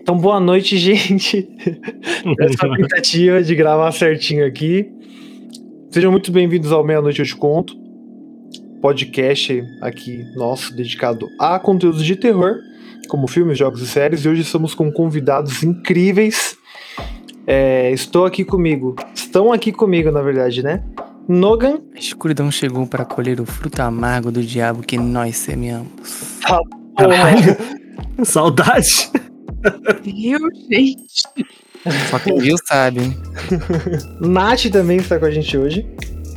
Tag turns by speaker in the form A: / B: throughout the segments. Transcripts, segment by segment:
A: Então, boa noite, gente. Essa tentativa de gravar certinho aqui. Sejam muito bem-vindos ao Meia Noite Eu Te Conto, podcast aqui nosso dedicado a conteúdos de terror, como filmes, jogos e séries. E hoje estamos com convidados incríveis. É, estou aqui comigo, estão aqui comigo, na verdade, né? Nogan.
B: A escuridão chegou para colher o fruto amargo do diabo que nós semeamos.
A: Ah,
C: Caralho. Saudade.
D: Meu gente.
B: Só quem viu sabe. né?
A: Nath também está com a gente hoje.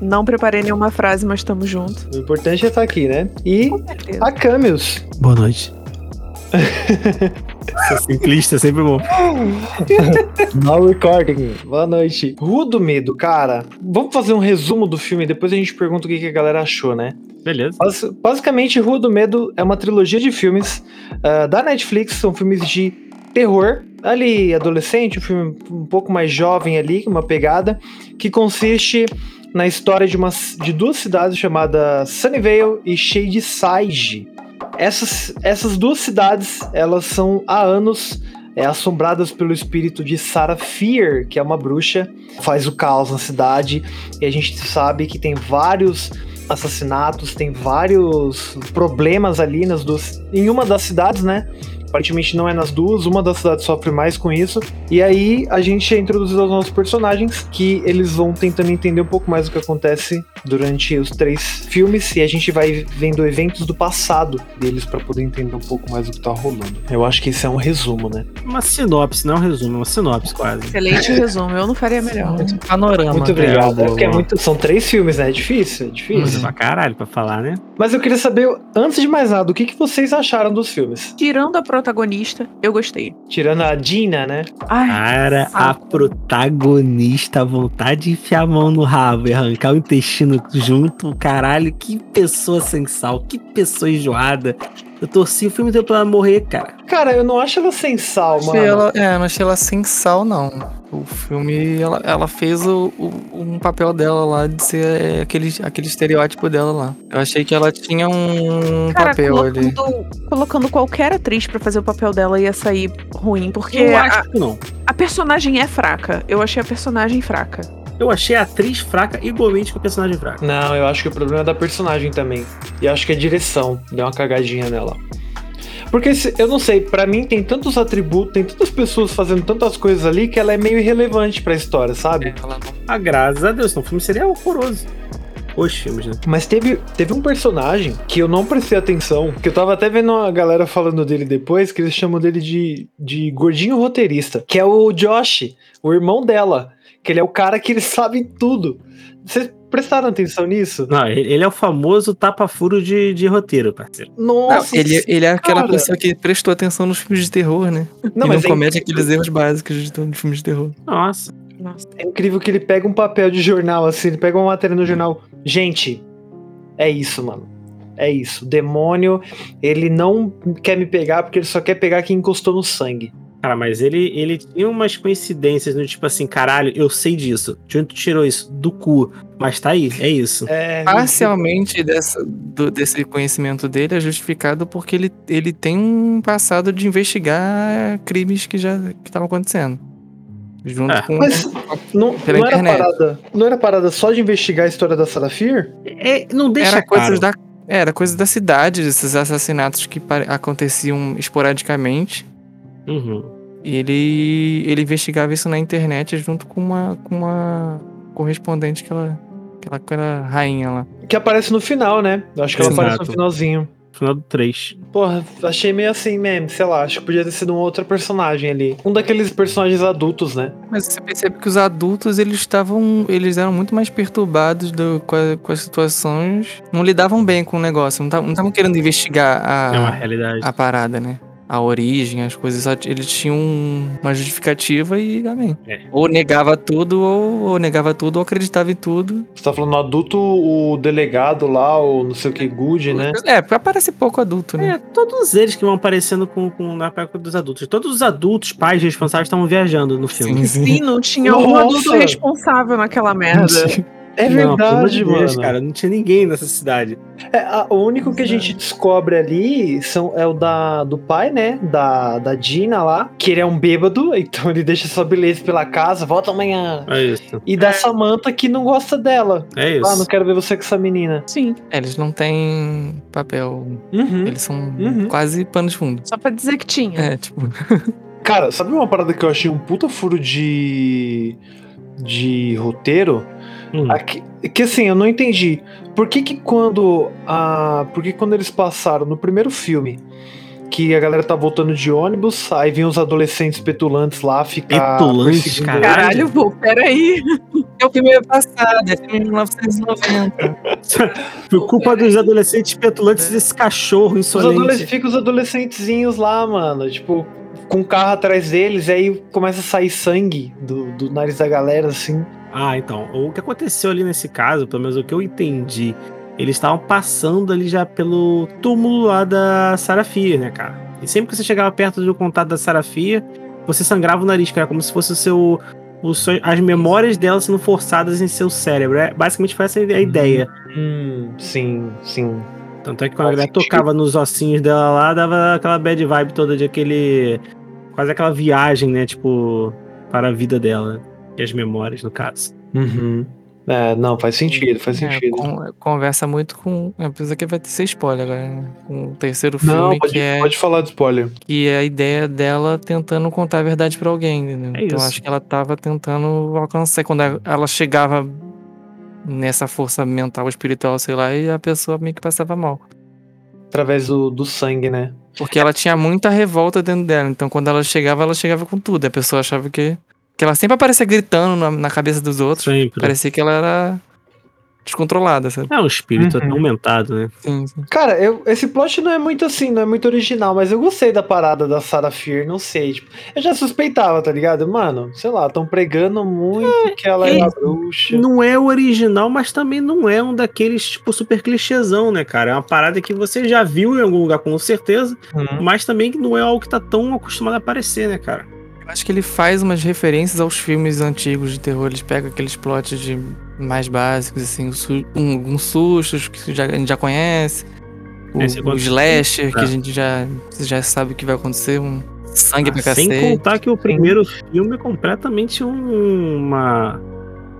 D: Não preparei nenhuma frase, mas tamo junto.
A: O importante é estar aqui, né? E
D: Com certeza.
A: a Camus.
C: Boa noite. Ser ciclista é sempre bom.
A: No recording. Boa noite. Rua do Medo, cara. Vamos fazer um resumo do filme e depois a gente pergunta o que que a galera achou, né?
C: Beleza.
A: Bas- Basicamente, Rua do Medo é uma trilogia de filmes ah, da Netflix, são filmes de terror, ali adolescente, um filme um pouco mais jovem ali, uma pegada, que consiste na história de, uma, c- de duas cidades chamadas Sunnyvale e Shadyside. Essas, essas duas cidades, elas são há anos é, assombradas pelo espírito de Sarah Fear, que é uma bruxa, faz o caos na cidade, e a gente sabe que tem vários assassinatos, tem vários problemas ali nas duas, em uma das cidades, né? Aparentemente não é nas duas, uma das cidades sofre mais com isso. E aí a gente é introduzido aos nossos personagens, que eles vão tentando entender um pouco mais o que acontece durante os três filmes, e a gente vai vendo eventos do passado deles pra poder entender um pouco mais o que tá rolando. Eu acho que esse é um resumo, né?
C: Uma sinopse, não é um resumo, uma sinopse quase.
D: Excelente resumo. Eu não faria melhor.
B: Muito panorama.
A: muito obrigado.
C: boa,
A: É porque é
C: boa.
A: muito, são três filmes, né? É difícil, é
C: Coisa
A: difícil.
C: pra caralho pra falar, né?
A: Mas eu queria saber, antes de mais nada, o que, que vocês acharam dos filmes?
D: Tirando a protagonista, eu gostei.
A: Tirando a Dina, né?
D: Ai,
C: Cara, a protagonista, a vontade de enfiar a mão no rabo e arrancar o intestino junto, caralho, que pessoa sem sal, que pessoa enjoada. Eu torci o filme inteiro pra ela morrer, cara.
A: Cara, eu não acho ela sem sal, mano.
B: Achei ela, é, não achei ela sem sal, não. O filme, ela, ela fez o, o- um papel dela lá de ser é, aquele, aquele estereótipo dela lá. Eu achei que ela tinha um
D: cara,
B: papel ali.
D: colocando, colocando qualquer atriz pra fazer o papel dela ia sair ruim, porque
C: eu
D: a,
C: acho que é não.
D: a personagem é fraca. Eu achei a personagem fraca.
C: Eu achei a atriz fraca igualmente que o personagem fraco.
A: Não, eu acho que o problema é da personagem também. E acho que a direção deu uma cagadinha nela. Porque se- eu não sei, pra mim tem tantos atributos, tem tantas pessoas fazendo tantas coisas ali que ela é meio irrelevante pra história, sabe?
B: Ela não-
C: Ah, graças a Deus, senão o filme seria horroroso. Os filmes, né?
A: Mas teve, teve um personagem que eu não prestei atenção, que eu tava até vendo a galera falando dele depois, que eles chamam dele de, de gordinho roteirista, que é o Josh, o irmão dela, que ele é o cara que ele sabe tudo. Vocês prestaram atenção nisso?
C: Não, ele ele é o famoso tapa-furo de, de roteiro, parceiro.
B: Não,
A: Nossa,
B: ele, ele é aquela
A: cara.
B: pessoa que prestou atenção nos filmes de terror, né?
A: não,
B: e não
A: mas é
B: comete aqueles erros básicos de, de filmes de terror.
C: Nossa.
D: Nossa.
A: É incrível que ele pega um papel de jornal, assim, ele pega uma matéria no jornal. Gente, é isso, mano. É isso. O demônio, ele não quer me pegar porque ele só quer pegar quem encostou no sangue.
C: Cara, mas ele, ele tinha umas coincidências, no tipo assim, caralho, eu sei disso. De onde tu tirou isso? Do cu. Mas tá aí, é isso.
A: É.
B: Ah, Parcialmente dessa, do- desse conhecimento dele é justificado porque ele, ele tem um passado de investigar crimes que já que estavam acontecendo. Junto
C: É.
B: com.
A: Mas não,
B: Pela
A: não era
B: internet.
A: parada, não era parada só de investigar a história da Sarafir?
C: É, não deixa
B: Era
C: claro.
B: coisas da. Era coisa da cidade, esses assassinatos que pare- aconteciam esporadicamente.
C: Uhum.
B: E ele, ele investigava isso na internet junto com uma, com uma correspondente que ela, que ela que era rainha lá.
A: Que aparece no final, né? Eu acho que ela
C: Exato.
A: aparece no finalzinho.
C: Final do 3.
A: Porra, achei meio assim mesmo, sei lá, acho que podia ter sido um outro personagem ali. Um daqueles personagens adultos, né?
B: Mas você percebe que os adultos, eles estavam. Eles eram muito mais perturbados do- com, a- com as situações. Não lidavam bem com o negócio. Não tavam- não estavam querendo investigar
C: é uma
B: a,
C: realidade.
B: Ah, a parada, né? A origem, as coisas. só t- Eles tinham uma justificativa e amém.
C: É.
B: Ou negava tudo, ou, ou negava tudo, ou acreditava em tudo.
A: Você tá falando adulto, o delegado lá, o não sei o que, Good, né?
B: É, parece pouco adulto, né?
C: É, todos eles que vão aparecendo com, com na época dos adultos. Todos os adultos, pais responsáveis, estavam viajando no filme.
B: sim.
D: Sim, não tinha um
A: Nossa.
D: adulto responsável naquela merda.
A: É
C: Não, pelo amor
A: verdade,
C: de Deus,
A: mano.
C: cara. Não tinha ninguém nessa cidade.
A: É, a- o único que a gente descobre ali são, é o da, do pai, né? Da, da Dina lá, que ele é um bêbado, então ele deixa só bilhete pela casa, volta amanhã.
C: É isso.
A: E da Samantha que não gosta dela.
C: É
A: Ah, não
C: isso.
A: quero ver você com essa menina.
D: Sim.
B: É, eles não têm papel.
A: Uhum.
B: Eles são
A: Uhum.
B: quase panos de fundo.
D: Só pra dizer que tinha.
B: É, tipo.
A: Cara, sabe uma parada que eu achei um puta furo de. de roteiro?
C: Hum.
A: Aqui- que assim, eu não entendi. Por que que quando a, por que quando eles passaram no primeiro filme que a galera tá voltando de ônibus, aí vinham os adolescentes petulantes lá ficar
C: Petulantes,
A: perseguindo
C: cara.
A: eles.
D: Caralho, pô, peraí.
B: É o primeiro passado, é de 1990.
C: Por culpa dos adolescentes petulantes desse cachorro
A: Os adolesc-
C: insolente.
A: fica os adolescentezinhos lá, mano, tipo com o carro atrás deles, e aí começa a sair sangue do, do nariz da galera, assim.
C: Ah, então. O que aconteceu ali nesse caso, pelo menos o que eu entendi, eles estavam passando ali já pelo túmulo lá da Sarafia, né, cara? E sempre que você chegava perto do contato da Sarafia, você sangrava o nariz, cara, como se fosse o seu. o seu- as memórias dela sendo forçadas em seu cérebro. É, basicamente foi essa a ideia.
A: Hum, sim, sim.
C: Tanto é que quando a
A: Faz
C: galera
A: sentido.
C: tocava nos ossinhos dela lá, dava aquela bad vibe toda de aquele. Quase aquela viagem, né? Tipo, para a vida dela. né? E as memórias, no caso.
A: Uhum. É, não, faz sentido, faz
B: É,
A: sentido.
B: con- conversa muito com. Apesar que vai ter ser spoiler agora, né? Com o terceiro filme,
A: Não,
B: que,
A: pode,
B: é,
A: pode falar de spoiler.
B: que é a ideia dela tentando contar a verdade pra alguém, entendeu?
C: É
B: então
C: isso.
B: acho que ela tava tentando alcançar. Quando a- ela chegava nessa força mental, espiritual, sei lá, e a pessoa meio que passava mal.
A: Através do, do sangue, né?
B: Porque ela tinha muita revolta dentro dela. Então quando ela chegava, ela chegava com tudo. A pessoa achava que. Que ela sempre aparecia gritando na, na cabeça dos outros.
C: Sempre.
B: Parecia que ela era descontrolada, sabe?
C: É um espírito
A: Uhum.
C: até aumentado, né?
B: Sim, sim.
A: Cara, eu- esse plot não é muito assim, não é muito original, mas eu gostei da parada da Sarah Fear, não sei. tipo, eu já suspeitava, tá ligado? Mano, sei lá, estão pregando muito que ela é
C: é
A: uma bruxa.
C: Não é o original, mas também não é um daqueles, tipo, super clichêzão, né, cara? É uma parada que você já viu em algum lugar, com certeza,
A: Uhum.
C: mas também que não é algo que tá tão acostumado a aparecer, né, cara?
B: Eu acho que ele faz umas referências aos filmes antigos de terror. Eles pegam aqueles plots de mais básicos, assim, o su- um- alguns sustos que já, a gente já conhece. O,
C: Esse é eu
B: o
C: gosto.
B: slasher, que
C: Tá.
B: a gente já, você já sabe o que vai acontecer. Um sangue pra
C: Ah, sem
B: cacete.
C: contar que o primeiro filme é completamente um- uma,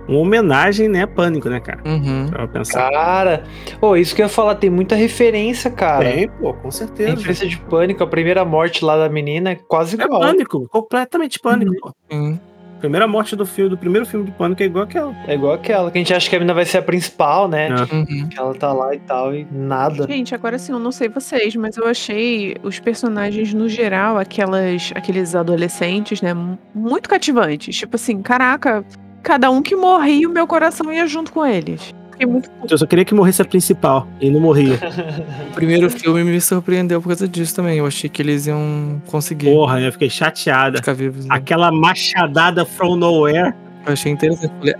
C: uma homenagem, né, a Pânico, né, cara?
B: Uhum.
C: Pra pensar.
A: Cara, ô, isso que eu ia falar, tem muita referência, cara.
C: Tem, pô, com
A: Tem
C: certeza.
A: referência de pânico, a primeira morte lá da menina é quase
C: É
A: igual.
C: Pânico, completamente Pânico. pô.
B: Sim.
C: Primeira morte do filme, do primeiro filme do Pânico é igual aquela.
A: É igual aquela, que a gente acha que a menina vai ser a principal, né?
C: É.
B: Uhum.
A: Que Ela tá lá e tal, e nada.
D: Gente, agora sim, eu não sei vocês, mas eu achei os personagens no geral, aquelas, aqueles adolescentes, né, mu- muito cativantes. Tipo assim, caraca, cada um que morria, o meu coração ia junto com eles. Fiquei muito puta.
C: Eu só queria que morresse a principal e não morria.
B: O primeiro filme me surpreendeu por causa disso também. Eu achei que eles iam conseguir
C: Porra, eu fiquei chateada.
B: ficar vivos. né?
C: Aquela machadada from nowhere.
B: Eu achei interessante. Falei,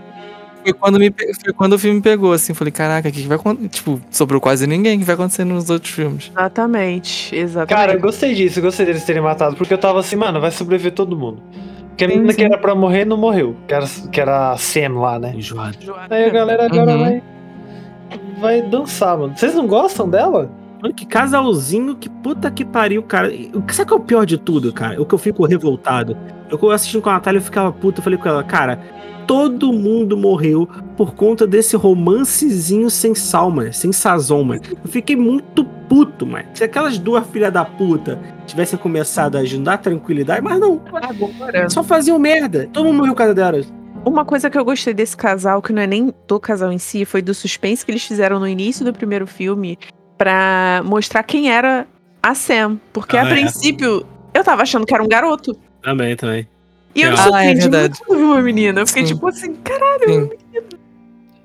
B: Foi quando, me, pe- foi quando o filme pegou, assim, falei, caraca, o que, que vai acontecer? Tipo, sobrou quase ninguém, o que vai acontecer nos outros filmes?
D: Exatamente,
A: Cara, eu
D: exatamente.
A: gostei disso, eu gostei deles terem matado, porque eu tava assim, mano, vai sobreviver todo mundo. Porque a
D: Sim,
A: menina que
D: sim.
A: era pra morrer não morreu, que era, que era a Sam lá, né?
C: Enjoado.
D: Joana,
A: Aí a galera agora
B: Uhum.
A: vai, vai dançar, mano. Vocês não gostam dela?
C: Mano, que casalzinho, que puta que pariu, cara. E o que- Sabe qual é o pior de tudo, cara? O que eu fico revoltado. Eu assistindo com a Natália, eu ficava puto, eu falei com ela, cara, todo mundo morreu por conta desse romancezinho sem sal, mano, sem sazon, mano. Eu fiquei muito puto, mano. Se aquelas duas filhas da puta tivessem começado a ajudar tranquilidade, mas não,
D: agora.
C: só faziam merda. Todo mundo morreu por causa delas.
D: Uma coisa que eu gostei desse casal, que não é nem do casal em si, foi do suspense que eles fizeram no início do primeiro filme pra mostrar quem era a Sam. Porque
C: Ah,
D: a
C: é.
D: princípio eu tava achando que era um garoto.
C: Também, também.
D: E eu me
C: Ah, é
D: surpreendi
B: verdade.
D: muito quando vi uma menina. Eu fiquei
B: Sim.
D: tipo assim, caralho,
B: Sim.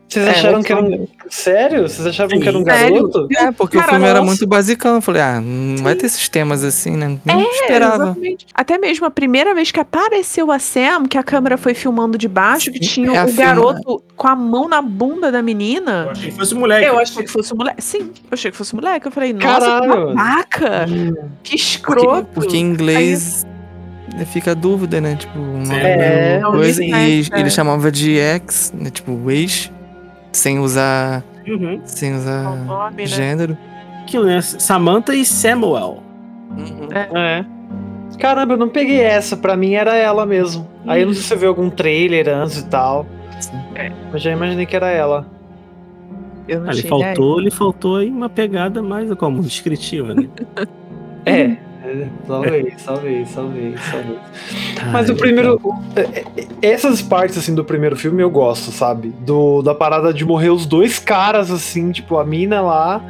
A: Vocês
B: É,
A: acharam
B: eu
A: que era um. Sério? Vocês acharam
C: Sim.
A: que era um
D: Sério?
A: garoto?
B: É, porque
D: Cara,
B: o filme era
D: nossa.
B: muito basicão. Eu falei, ah, não vai ter esses temas assim, né? Nem
D: É,
B: esperava.
D: Exatamente. Até mesmo a primeira vez que apareceu a Sam, que a câmera foi filmando de baixo, que
B: Sim,
D: tinha
B: é a
D: o
B: filma-
D: garoto com a mão na bunda da menina.
C: achei que fosse
A: É
C: moleque.
D: Eu achei que fosse um moleque. Sim, eu achei que fosse um moleque. Eu falei, nossa,
A: Caralho.
D: que babaca!
A: Hum,
D: Que escroto!
B: Porque, porque em inglês fica a dúvida, né? Tipo, uma
C: Sim.
A: É,
D: é um
B: coisa. E
D: mismatch,
B: ele
D: né?
B: chamava de ex, né? Tipo, ex. sem usar,
C: Uhum.
B: sem
D: o
B: usar
D: nome, né?
B: gênero.
C: Aqui, né? Samantha e Samuel.
B: Uhum.
A: É. Caramba, eu não peguei essa, pra mim era ela mesmo. Aí eu não sei se você viu algum trailer antes e tal.
B: Sim.
A: Mas já imaginei que era ela.
D: Eu não é.
C: Ah, ele
D: cheguei
C: faltou, ele faltou aí uma pegada mais como descritiva, né?
A: É. Salvei, salvei, salvei, salvei. Mas
B: Ah,
C: Ai,
A: o primeiro. o- é- é- Essas partes, assim, do primeiro filme eu gosto, sabe? Do, da parada de morrer os dois caras, assim, tipo, a mina lá.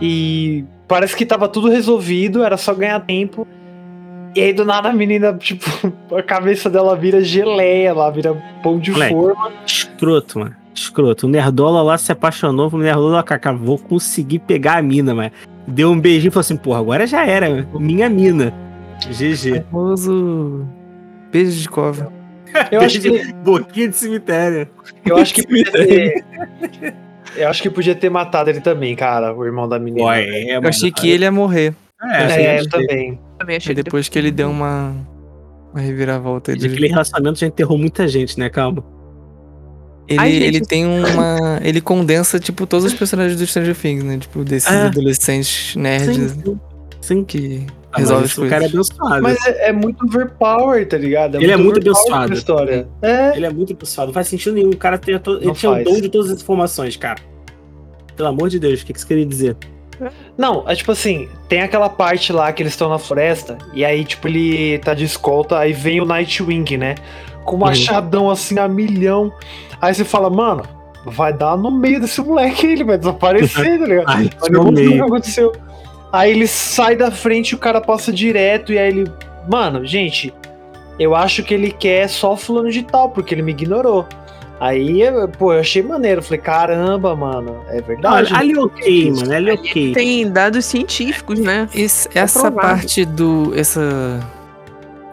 A: E parece que tava tudo resolvido, era só ganhar tempo. E aí, do nada, a menina, tipo, a cabeça dela vira geleia lá, vira pão de
C: Moleque.
A: forma.
C: Escroto, mano. Escroto. O Nerdola lá se apaixonou pro Nerdola. Cacá, vou conseguir pegar a mina, mas Deu um beijinho e falou assim, porra, agora já era. mano. Minha mina. GG.
B: Famoso beijo de cova.
A: Eu acho que
C: Boquinha de cemitério.
A: Eu acho que podia ter. Eu acho que podia ter matado ele também, cara, o irmão da menina.
C: Ué, é,
B: Eu achei que ele ia morrer.
C: É,
A: é,
C: achei
A: eu
C: que-
A: também.
D: aí. Também achei
B: Aí
D: que
B: depois que ele deu uma, uma reviravolta. Ele,
C: Aquele relacionamento já enterrou muita gente, né? Calma.
B: ele,
D: Ai, gente.
B: ele tem uma. Ele condensa, tipo, todos os personagens do Stranger Things, né? Tipo, desses
D: É.
C: Ah.
B: adolescentes nerds
C: Sim, sim.
B: que
C: Ah, mas
B: resolvem É, as
C: esse o cara é
B: coisas.
C: abençoado.
A: Mas é, é muito overpower, tá ligado?
C: Ele é muito
A: overpower
C: abençoado.
A: essa história. É.
C: Ele é muito abençoado. Não faz sentido nenhum. O cara tem to... ele
A: Não
C: tinha o
A: faz.
C: dom de todas as informações, cara. Pelo amor de Deus, o que, que você queria dizer?
A: Não, é tipo assim, tem aquela parte lá que eles estão na floresta, e aí, tipo, ele tá de escolta, aí vem o Nightwing, né? Com o
C: Uhum.
A: machadão assim a milhão. Aí você fala, mano, vai dar no meio desse moleque, ele vai desaparecer, tá ligado?
C: Ai,
A: Mas não aconteceu, não aconteceu. Aí ele sai da frente, o cara passa direto, e aí ele. Mano, gente, eu acho que ele quer só fulano de tal, porque ele me ignorou. Aí, eu- pô, eu achei maneiro. Falei, caramba, mano, é verdade.
C: Ali ok, mano. Ali é
D: ele
B: um-
C: ok.
D: tem dados científicos, né?
B: Esse- essa
D: provável.
B: parte do. Essa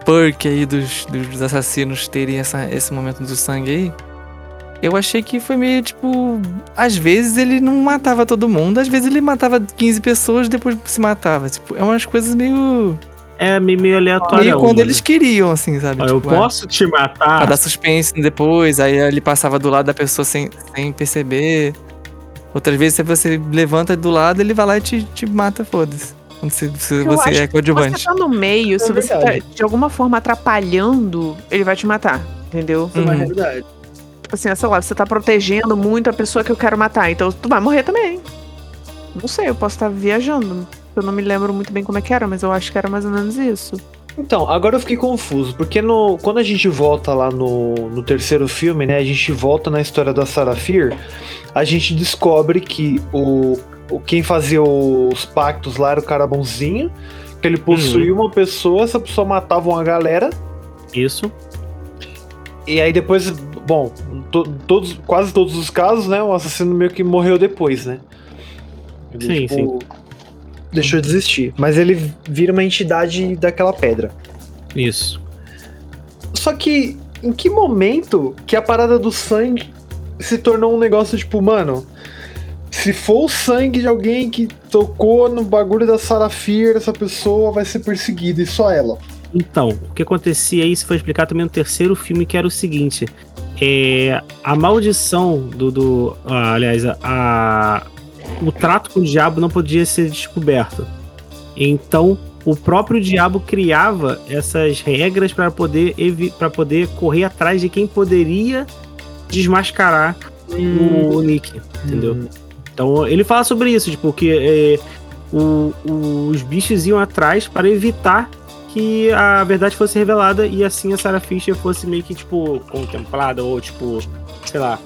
B: perk aí dos, dos assassinos terem essa, esse momento do sangue aí. Eu achei que foi meio tipo. Às vezes ele não matava todo mundo, às vezes ele matava 15 pessoas depois se matava. Tipo, é umas coisas meio.
C: É meio meio aleatório.
B: meio quando
C: mano.
D: né?
B: eles queriam, assim, sabe?
C: Ó, eu
B: é,
C: posso te
B: Pra
C: matar?
B: dar suspense depois, aí ele passava do lado da pessoa sem, sem perceber. Outras vezes, se você levanta do lado, ele vai lá e te, te mata, foda-se. Quando você, se
D: Eu
B: você
D: acho
B: é
D: Se
B: coadjuvante.
D: você tá no meio, se você tá
A: verdade.
D: de alguma forma atrapalhando, ele vai te matar. Entendeu?
A: Hum. é
B: Uhum.
C: realidade.
D: Tipo assim, sei lá, você tá protegendo muito a pessoa que eu quero matar, então tu vai morrer também. Não sei, eu posso estar viajando. Eu não me lembro muito bem como é que era, mas eu acho que era mais ou menos isso.
A: Então, agora eu fiquei confuso, porque no, quando a gente volta lá no, no terceiro filme, né? A gente volta na história da Sarah Fear, a gente descobre que o, o quem fazia os pactos lá era o cara bonzinho, que ele possuía
C: Uhum.
A: uma pessoa, essa pessoa matava uma galera,
C: Isso.
A: e aí depois, bom, to- todos, quase todos os casos, né? O assassino meio que morreu depois, né? tipo,
C: Sim, sim.
A: Deixou de existir. Mas ele vira uma entidade daquela pedra.
C: Isso.
A: Só que em que momento que a parada do sangue se tornou um negócio tipo, mano, se for o sangue de alguém que tocou no bagulho da Sarafir, essa pessoa vai ser perseguida e só ela.
C: Então, o que acontecia aí, isso foi explicado também no terceiro filme, que era o seguinte. É, a maldição do. do ah, aliás, a, o trato com o diabo não podia ser descoberto. Então, o próprio diabo criava essas regras para poder, evi- pra poder correr atrás de quem poderia desmascarar o, o Nick. Entendeu?
A: Hum.
C: Então ele fala sobre isso, tipo, que é, o- o- os bichos iam atrás para evitar que a verdade fosse revelada e assim a Sarah Fisher fosse meio que, tipo, contemplada ou, tipo, sei lá.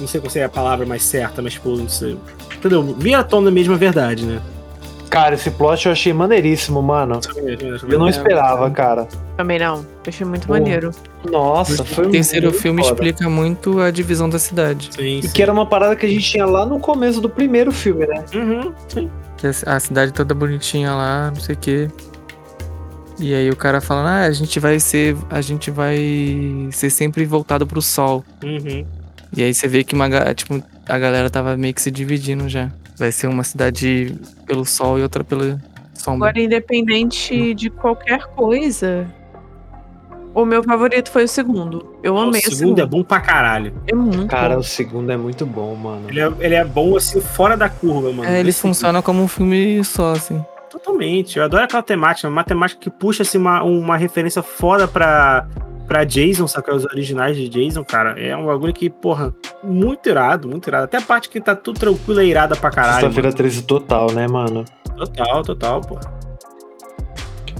C: Não sei qual seria a palavra mais certa, mas, tipo, não sei. Entendeu? Via à tona mesmo a verdade, né?
A: Cara, esse plot eu achei maneiríssimo, mano. Eu
B: É.
A: não esperava, cara.
D: Também não. Eu achei muito
A: Porra.
D: maneiro.
A: Nossa, foi
D: tá-
B: O terceiro
A: muito
B: filme
A: foda.
B: explica muito a divisão da cidade.
C: Sim,
A: E
C: sim.
A: que era uma parada que a gente tinha lá no começo do primeiro filme, né?
C: Uhum, sim.
B: Que a- A cidade toda bonitinha lá, não sei o quê. E aí o cara fala, ah, a gente vai ser. A gente vai ser sempre voltado pro sol.
C: Uhum.
B: E aí você vê que uma, ga- tipo, a galera tava meio que se dividindo já. Vai ser uma cidade pelo sol e outra pela sombra.
D: Agora, independente de qualquer coisa, O meu favorito foi o segundo. Eu
C: O
D: amei o
C: segundo
D: segundo.
C: é bom pra caralho.
D: É
B: Uhum.
D: muito.
A: Cara,
D: bom.
A: o segundo é muito bom, mano.
C: Ele é, ele é bom assim, fora da curva, mano.
B: É, ele
C: Esse-
B: funciona como um filme só, assim.
C: Totalmente. Eu adoro aquela temática, uma matemática que puxa assim, uma, uma referência foda pra, pra Jason, saca? Os originais de Jason, cara. É um bagulho que, porra, muito irado, muito irado. Até a parte que tá tudo tranquilo é irada pra caralho.
A: Sexta-feira 13 total, né, mano?
C: mano. Total, total, porra.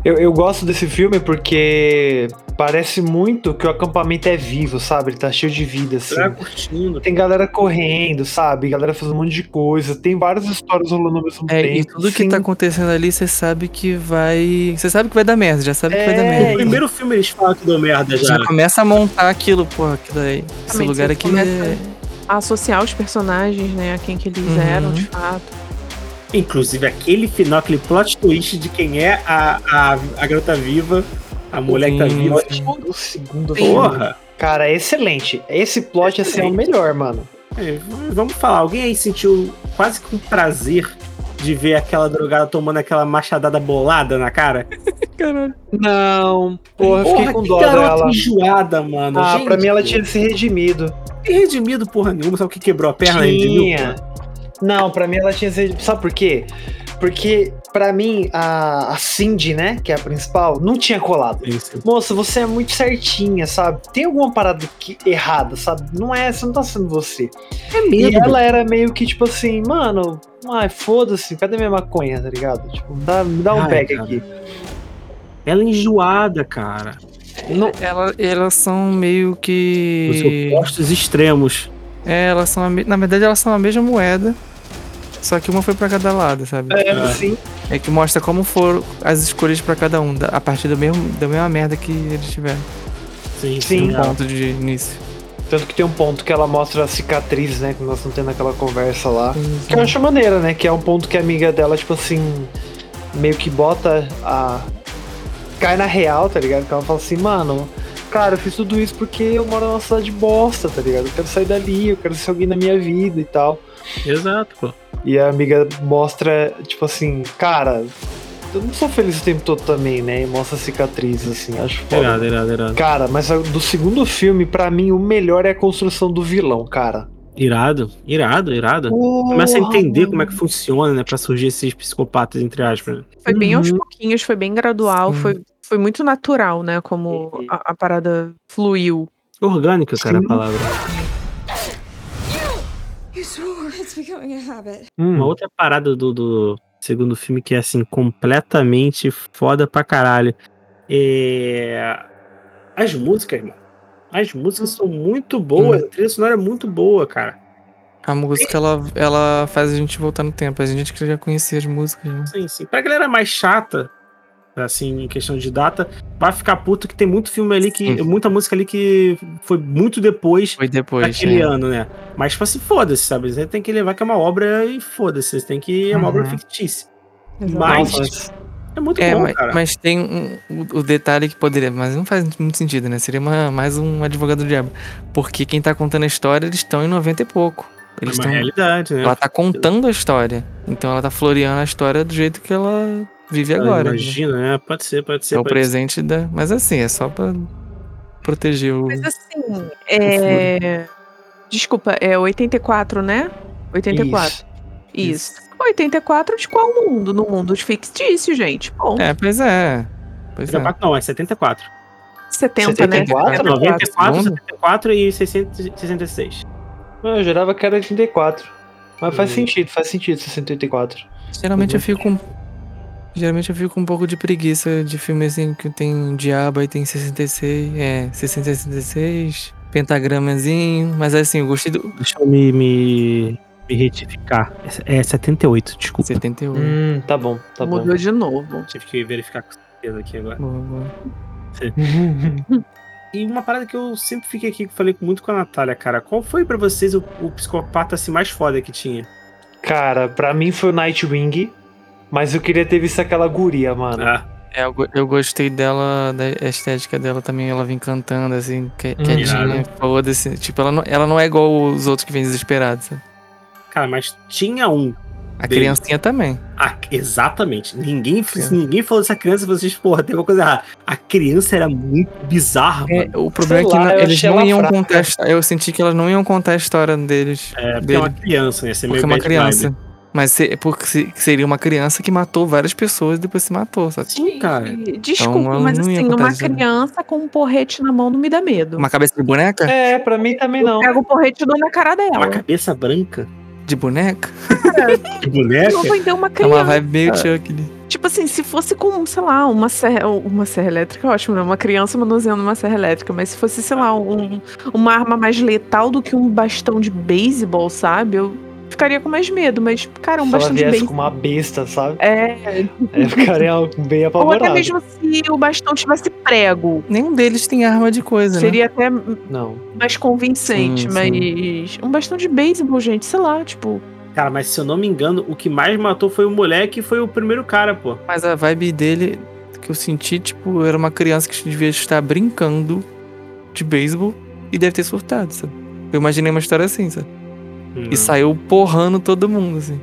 A: Eu, eu gosto desse filme porque parece muito que o acampamento é vivo, sabe? Ele tá cheio de vida, assim.
C: Tá curtindo.
A: Tem galera correndo, sabe? Galera fazendo um monte de coisa. Tem várias histórias rolando ao mesmo
B: É,
A: tempo.
B: e tudo que
A: assim.
B: tá acontecendo ali, você sabe que vai. Você sabe que vai dar merda, já sabe que vai dar
A: É,
B: merda.
C: No primeiro filme eles falam que deu merda já.
B: Já começa a montar aquilo, porra, aquilo aí. Esse
D: Exatamente,
B: lugar
D: você
B: aqui
D: começa-
B: é.
D: Associar os personagens, né? A quem que eles
B: Uhum.
D: eram, de fato.
C: Inclusive, aquele final, aquele plot twist de quem é a, a, a garota viva, a mulher que tá
B: Sim,
C: viva.
B: sim.
A: O segundo filme.
C: Porra!
A: Cara, é excelente. Esse plot assim, é o melhor, mano.
C: É, vamos falar, alguém aí sentiu quase que um prazer de ver aquela drogada tomando aquela machadada bolada na cara?
B: Caralho.
A: Não. Porra, eu fiquei com
C: que
A: dó
C: garota
A: dela.
C: enjoada, mano.
A: Ah,
C: Gente,
A: pra mim ela tinha se redimido.
C: Tem redimido porra nenhuma, sabe o que quebrou a perna? Redimiu,
A: Tinha.
C: porra?
A: Não, pra mim ela tinha se redimido. Sabe por quê? Porque pra mim a, a Cindy, né, que é a principal, não tinha colado.
C: Isso.
A: Moça, você é muito certinha, sabe? Tem alguma parada que- errada, sabe? Não é, você não tá sendo você.
C: É
A: E
C: medo.
A: ela era meio que tipo assim, mano, ai, foda-se, cadê minha maconha, tá ligado? Tipo, dá- me dá um
C: Ai,
A: back
C: cara.
A: aqui.
C: Ela é enjoada, cara.
A: Não,
B: Ela, elas são meio
C: Os
B: que.
C: opostos extremos.
B: É, elas são a me... Na verdade, elas são a mesma moeda. Só que uma foi pra cada lado, sabe?
A: é,
C: Ah.
A: sim.
B: É, que mostra como foram as escolhas pra cada um, da- a partir do mesmo, da mesma merda que eles tiveram.
C: Sim,
A: Sim.
B: No ponto de início.
A: Tanto que tem um ponto que ela mostra a cicatriz, né? Que nós estamos tendo aquela conversa lá. Que eu
B: Sim.
A: acho maneira, né? Que é um ponto que a amiga dela, tipo assim, meio que bota a. cai na real, tá ligado? Que ela fala assim, mano, cara, eu fiz tudo isso porque eu moro numa cidade bosta, tá ligado? Eu quero sair dali, eu quero ser alguém na minha vida e tal.
C: Exato, pô.
A: E a amiga mostra, tipo assim, cara, eu não sou feliz o tempo todo também, né? E mostra a cicatriz, assim, acho foda.
C: Irado, irado, irado.
A: Cara, mas a- do segundo filme, pra mim, o melhor é a construção do vilão, cara.
C: Irado, irado, irado. Começa a entender como é que funciona, né? Pra surgir esses psicopatas, entre aspas. né?
D: Foi bem aos
A: Uhum.
D: pouquinhos, foi bem gradual,
B: Sim.
D: foi, foi muito natural, né? Como
A: Uhum.
D: a, a parada fluiu.
C: Orgânica, cara,
A: Sim.
C: a palavra.
E: You swore it's becoming a habit.
C: Uma
A: Hum.
C: outra parada do, do segundo filme que é assim, completamente foda pra caralho. É... As músicas, mano. As músicas são muito
B: Hum.
C: boas, a trilha sonora é muito boa, cara.
B: A música, ela, ela faz a gente voltar no tempo. A gente que já conhecia as músicas, né?
C: Sim, sim. Pra galera mais chata, assim, em questão de data, vai ficar puto que tem muito filme ali que.
B: Sim.
C: Muita música ali que foi muito depois
B: Foi depois,
C: daquele
B: né?
C: ano, né? Mas, tipo assim, foda-se, sabe? Você tem que levar que é uma obra e foda-se. Você tem que. É uma obra
A: Uhum.
C: fictícia.
D: Exatamente.
C: Mas-
A: Nossa, mas-
C: É muito
B: É,
C: bom,
B: mas,
C: cara.
B: mas tem um- o, o detalhe que poderia, mas não faz muito sentido, né? Seria uma- mais um advogado do diabo. Porque quem tá contando a história, eles estão em 90 e pouco. Eles
C: é uma
B: tão-
C: realidade, né?
B: ela tá contando a história. Então ela tá floreando a história do jeito que ela vive
C: Cara,
B: agora. né?
C: Imagina, né? Pode ser, pode ser.
B: É o
C: pode ser.
B: presente da. Mas assim, é só pra proteger o.
D: Mas assim, é... desculpa, é 84, né? 84.
A: Isso.
D: Isso. 84 de qual mundo? No mundo de fictício, gente. Bom,
B: É, pois é. Pois é.
C: 74, não, é 74.
D: 70, né?
C: É
A: 74?
D: 74.
C: 94,
B: Segundo?
C: 74 e 666.
A: Eu jurava que era 84. Mas faz
C: Hum.
A: sentido, faz sentido 64.
B: Geralmente eu fico com. Geralmente eu fico com um pouco de preguiça de filme assim que tem diabo aí tem 66. É, 666. Pentagramazinho. Mas assim, eu gostei do.
C: Deixa eu me, me, me retificar. É é 78, desculpa.
B: 78.
A: Hum, tá bom, tá bom.
D: Mudou de novo.
C: Tive que verificar com certeza aqui agora.
B: Boa, boa.
C: E uma parada que eu sempre fiquei aqui, que falei muito com a Natália, cara. Qual foi pra vocês o, o psicopata assim, mais foda que tinha?
A: Cara, pra mim foi o Nightwing, mas eu queria ter visto aquela guria, mano.
C: Ah,
B: É, eu, go- eu gostei dela, da estética dela também, ela vem cantando, assim, que- quietinha, foda-se. Tipo, ela não, ela não é igual os outros que vêm desesperados, sabe?
C: cara, mas tinha um.
B: A criancinha também.
C: Ah, exatamente. Ninguém, ninguém falou dessa criança, vocês, porra, tem alguma coisa errada. A criança era muito bizarra,
B: É, o
A: lá,
B: problema é que
A: eu
B: na- eles
A: achei
B: não
A: ela
B: iam
A: fraca.
B: contar a histó- Eu senti que elas não iam contar a história deles.
C: É, porque é
B: dele,
C: uma criança, né? Você é meio
B: porque é uma
C: bad
B: criança.
C: vibe.
B: Mas se- porque se- seria uma criança que matou várias pessoas e depois se matou, sabe?
C: Sim, cara.
D: E- Desculpa,
B: ela
D: mas
B: não ia
D: assim,
B: contar
D: uma
B: isso, né?
D: criança com um porrete na mão não me dá medo.
B: Uma cabeça de boneca?
A: É, pra mim também
D: Eu
A: não.
D: pego o porrete e dou na cara
C: É
D: dela.
C: uma cabeça branca
B: De boneca?
C: de boneca.
D: Não vender então, uma
B: É uma
D: criança.
B: vibe meio Chuck. né?
D: Tipo assim, se fosse com, sei lá, uma serra, uma serra elétrica, é ótimo, né? Uma criança manuseando uma serra elétrica, mas se fosse, sei lá, um- uma arma mais letal do que um bastão de beisebol, sabe? Eu ficaria com mais medo, mas, cara, um
A: Se ela
D: bastão de
A: viesse com
D: beisebol.
A: uma besta, sabe?
D: É,
A: Eu ficaria um bem
D: ou até
A: apavorado.
D: mesmo se o bastão tivesse prego.
B: Nenhum deles tem arma de coisa, né?
D: Seria até
A: Não.
D: mais convincente,
B: Sim,
D: mas. Um bastão de beisebol, gente, sei lá, tipo.
C: Cara, mas se eu não me engano, o que mais matou foi o moleque e foi o primeiro cara, pô.
B: Mas a vibe dele que eu senti, tipo, era uma criança que devia estar brincando de beisebol e deve ter surtado, sabe? Eu imaginei uma história assim, sabe?
C: Hum.
B: E saiu porrando todo mundo, assim.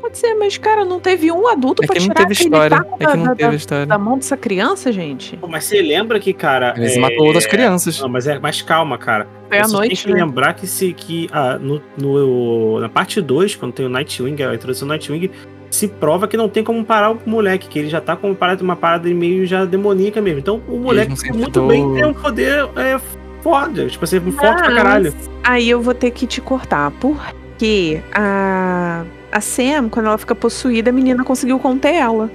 D: Pode ser, mas, cara, não teve um adulto
B: É
D: pra
B: que não
D: tirar
B: teve
D: aquele
B: história.
D: taco
B: É que
D: da-
B: não
D: da,
B: teve história.
D: da mão dessa criança, gente.
C: Pô, Mas você lembra que, cara.
B: Eles
C: é-
B: matou outras crianças.
C: Não, mas é mais calma, cara.
D: Foi à
C: Você
D: noite,
C: tem que
D: né?
C: lembrar que, se, que ah, no, no- na parte 2, quando tem o Nightwing, a introdução do Nightwing, se prova que não tem como parar o moleque, que ele já tá com uma parada, uma parada meio já demoníaca mesmo. Então o moleque
B: não sentem
C: muito
B: dor.
C: bem tem um poder é, foda. Tipo assim, forte pra
D: Mas
C: caralho.
D: Aí eu vou ter que te cortar, porque a, a Sam, quando ela fica possuída, a menina conseguiu conter ela.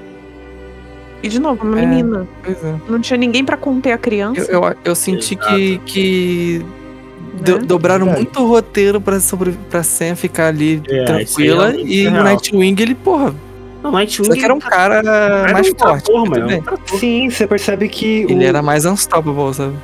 D: E de novo, uma
B: É.
D: menina.
B: Pois é.
D: Não tinha ninguém pra conter a criança.
B: Eu, eu, eu senti
C: Exato.
B: que, que do-
D: né?
B: dobraram
A: Verdade.
B: muito o roteiro pra, sobre, pra Sam ficar ali
C: É,
B: tranquila.
C: isso aí é
B: E o
C: real.
B: Nightwing, ele, porra,
C: Não, Nightwing.
B: só que era um cara
C: era
B: mais
C: um
B: forte.
C: trator,
B: tudo
C: mano,
B: bem.
C: um trator.
A: Sim, você percebe que
C: um
B: Ele
A: o,
B: era mais unstoppable, sabe?